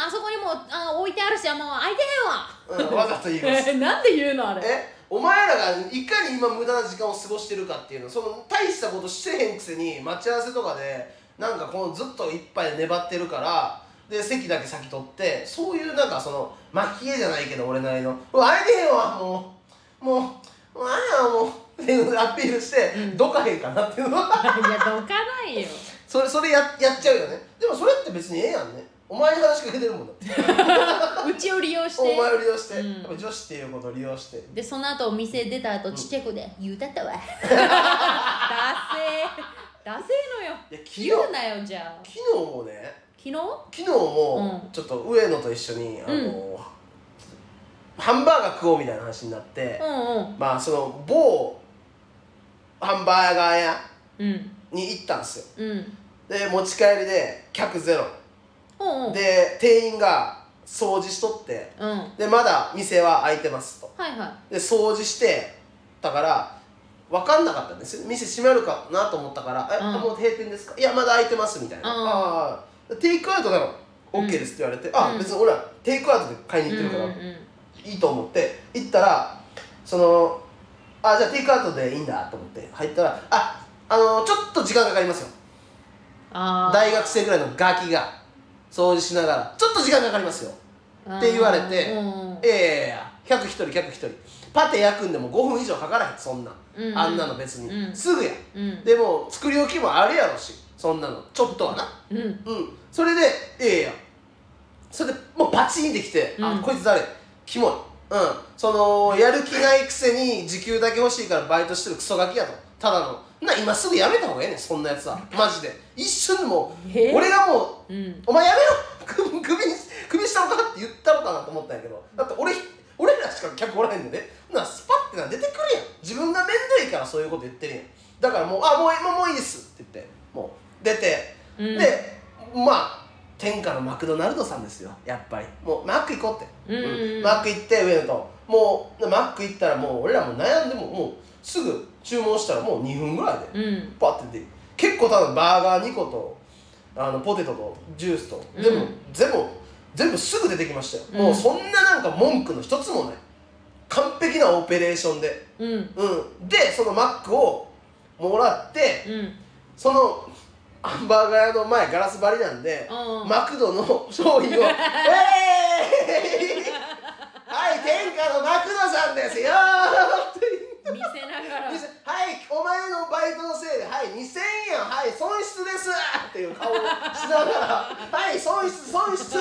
あそこにもうあ置いてあるしもう空いてうんわざと言いへんまわす なんで言うのあえお前らがいかに今無駄な時間を過ごしてるかっていうのその大したことしてへんくせに待ち合わせとかでなんかこのずっと一杯で粘ってるからで席だけ先取ってそういうなんかその蒔絵じゃないけど俺なりの「うわ会えてへんわもうもう「わあもう」っていうのでアピールして、うんどかへんかなっていうのは いやどかないよそれそれややっちゃうよねでもそれって別にええやんねお前に話しかけてるもんだってうちを利用しおて前を利用して、うんやっぱ女子っていうことを利用してでその後お店出た後ちっちゃい子で「言うたった わ」ダセーダセーのよいや昨日言うなよじゃあ昨日もね昨日う昨日もうんちょっと上野と一緒に、あのハンバーガー食おうみたいな話になって、んうんまあその某ハンバーガー屋うんに行ったんですようんで持ち帰りで客ゼロうんうんで店員が掃除しとってうんはでまだ店は開いてますといはいで掃除してだから分かんなかったんですよ店閉まるかなと思ったから「えうんもう閉店ですか?」「いやまだ開いてます」みたいな「うんああテイクアウトなら OK です」って言われて「あうん別に俺はテイクアウトで買いに行ってるからいいと思って行ったらその「あじゃあテイクアウトでいいんだ」と思って入ったら「ああのちょっと時間かかりますよあ大学生ぐらいのガキが掃除しながらちょっと時間かかりますよ」っって言われてうんうんいやいやいや客一人客一人パテ焼くんでも5分以上かからへんそんなん、うんうんあんなの別に、うんすぐやうんでも作り置きもあるやろしそんなのちょっとはなうんうんそれでいやいやそれでもうパチンってきて、うあんこいつ誰キモいうんそのやる気ないくせに時給だけ欲しいからバイトしてるクソガキやとただのな今すぐやめた方がええねんそんなやつはマジで一瞬でもうえ俺がもううんお前やめろ首首に首したのかって言ったのかなと思ったんやけどだって俺俺らしか客おらへんのねほんならスパッてな出てくるやん自分が面倒いからそういうこと言ってるやんだからもう「あもうもうもういいです」って言ってもう出て、うんでまあ天下のマクドナルドさんですよやっぱりもうマック行こうって、うんうんうんマック行って上野ともうマック行ったらもう俺らも悩んでももうすぐ注文したらもう2分ぐらいでうんパッて出て結構多分バーガー2個とあのポテトとジュースとでも、うん全部全部すぐ出てきましたよ、うんもうそんななんか文句の一つもない完璧なオペレーションでうんうんでそのマックをもらってうんそのハンバーガー屋の前ガラス張りなんで、うんマクドの 商品を「えーいはい天下のマクドさんですよー!」って見せながらではい、お前のバイトのせいで、はい、2000円、はい、損失ですっていう顔をしながら、 はい、損失、損失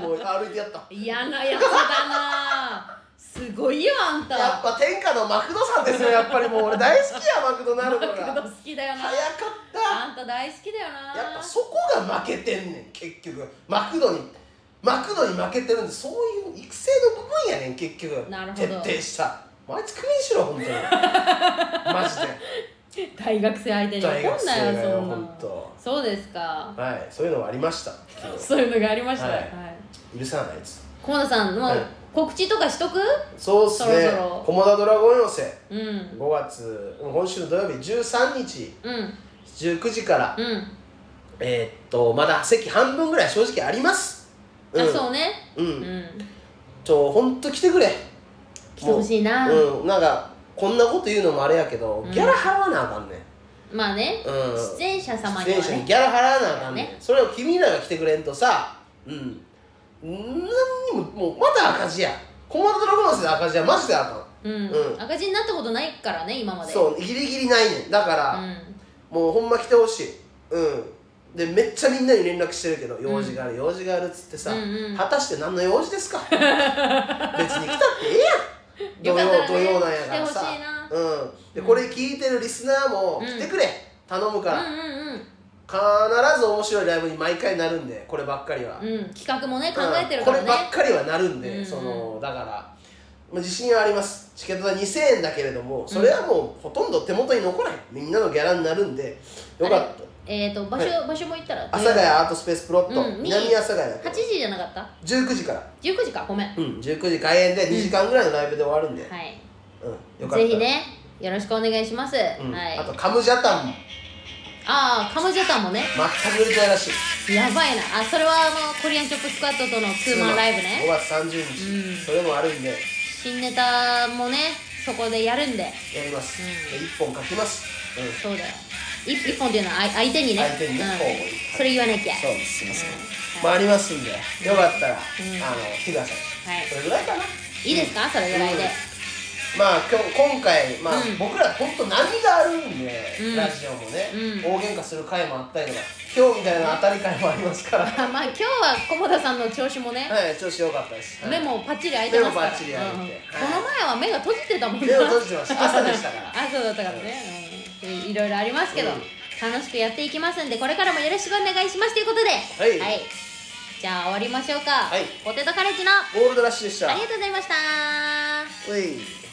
もう歩いてやった。嫌なやつだなすごいよあんたやっぱ天下のマクドさんですよ、やっぱりもう俺大好きや、マクドナルドが。マ早クドか好っきだよなた。あんた大好きだよなやっぱそこが負けてんねん、結局。マクドに、マクドに負けてるんで、そういう育成の部分やねん、結局。なるほ徹ど底した。もうあいつクビにしろ、本 当に。マジで。大学生相手に大怒学んなよ生がよ、そんな本当。そうですかはい、そういうのもありました。そういうのがありましたはいはい許さないです。駒田さんもはいう告知とかしとくそうっすねそろそろ。コモダドラゴン寄せ、うん5月、うん今週の土曜日13日うん19時から、うんえーっとまだ席半分ぐらい正直あります。うん、あそうねう。、うんんちょ本当来てくれ。来てほしいなもううん、なんかこんなこと言うのもあれやけどう、んギャラ払わなあかんねん。まあねうん。出演者様出に演は者にねギャラ払わなあかんねん。ねそれを君らが来てくれんとさ、うん。なんにももうまだ赤字や。コモダドラゴン寄せで赤字はマジであかん。ううんん赤字になったことないからね今までうそうギリギリないねん。だから。んもうほんま来てほしいうんでめっちゃみんなに連絡してるけど用事がある、用事があるっつってさ、うんうん果たして何の用事で すか別に来たってええやよんかったらね土曜土曜なんやから来さてほしいなうん、でこれ聞いてるリスナーもうん来てくれ、頼むうから、んうんうん必ず面白いライブに毎回なるんでこればっかりは、うん、企画もね考えてるこかられねばっかりはなるんで、うんうんそのだからまあ自信はありますチケット代2000円だけれどもそれはもうほとんど手元に残らへんみんなのギャラになるんでよかったえー、と場所、場所も行ったら阿佐ヶ谷アートスペースプロット、うん南阿佐ヶ谷だけ8ど時じゃなかった19時から、 19時かごめんはうん、19時開演で2時間ぐらいのライブで終わるんで、いうん、よかったらぜひ、ねよろしくお願いします、うんはいあとカムジャタンもああカムジャタンもね全く売れてないらしいやばいなあそれはあのコリアンチョップスクワットとのツーマンライブ5ね月30日、うんそれもあるんで新ネタもねそこでやるんでやります、うんで1本書きます、うん、そうだよい一本っていうのはあ相手にね相手にねこうん、それ言わなきゃそうですすいません、うんまあはいありますんでよかったら、んあの来てくださいはいそれぐらいかないいですかそれぐらいで、うんまあ今日今回、まあうん僕ら本当波があるんで、うんラジオもね、うん大喧嘩する回もあったりとか今日みたいな当たり回もあります からはまあ今日は菰田さんの調子もね、い調子良かったです、は目いもパッチリ開いてますから目もパッチリ開いてうんうんはいこの前は目が閉じてたもんな目を閉じてました朝でしたから あそうだったからね、うんいろいろありますけど、うん楽しくやっていきますんでこれからもよろしくお願いしますということではいじゃあ終わりましょうか、はいポテトカレッジのあゴールドラッシュでしたりがとうございましたうい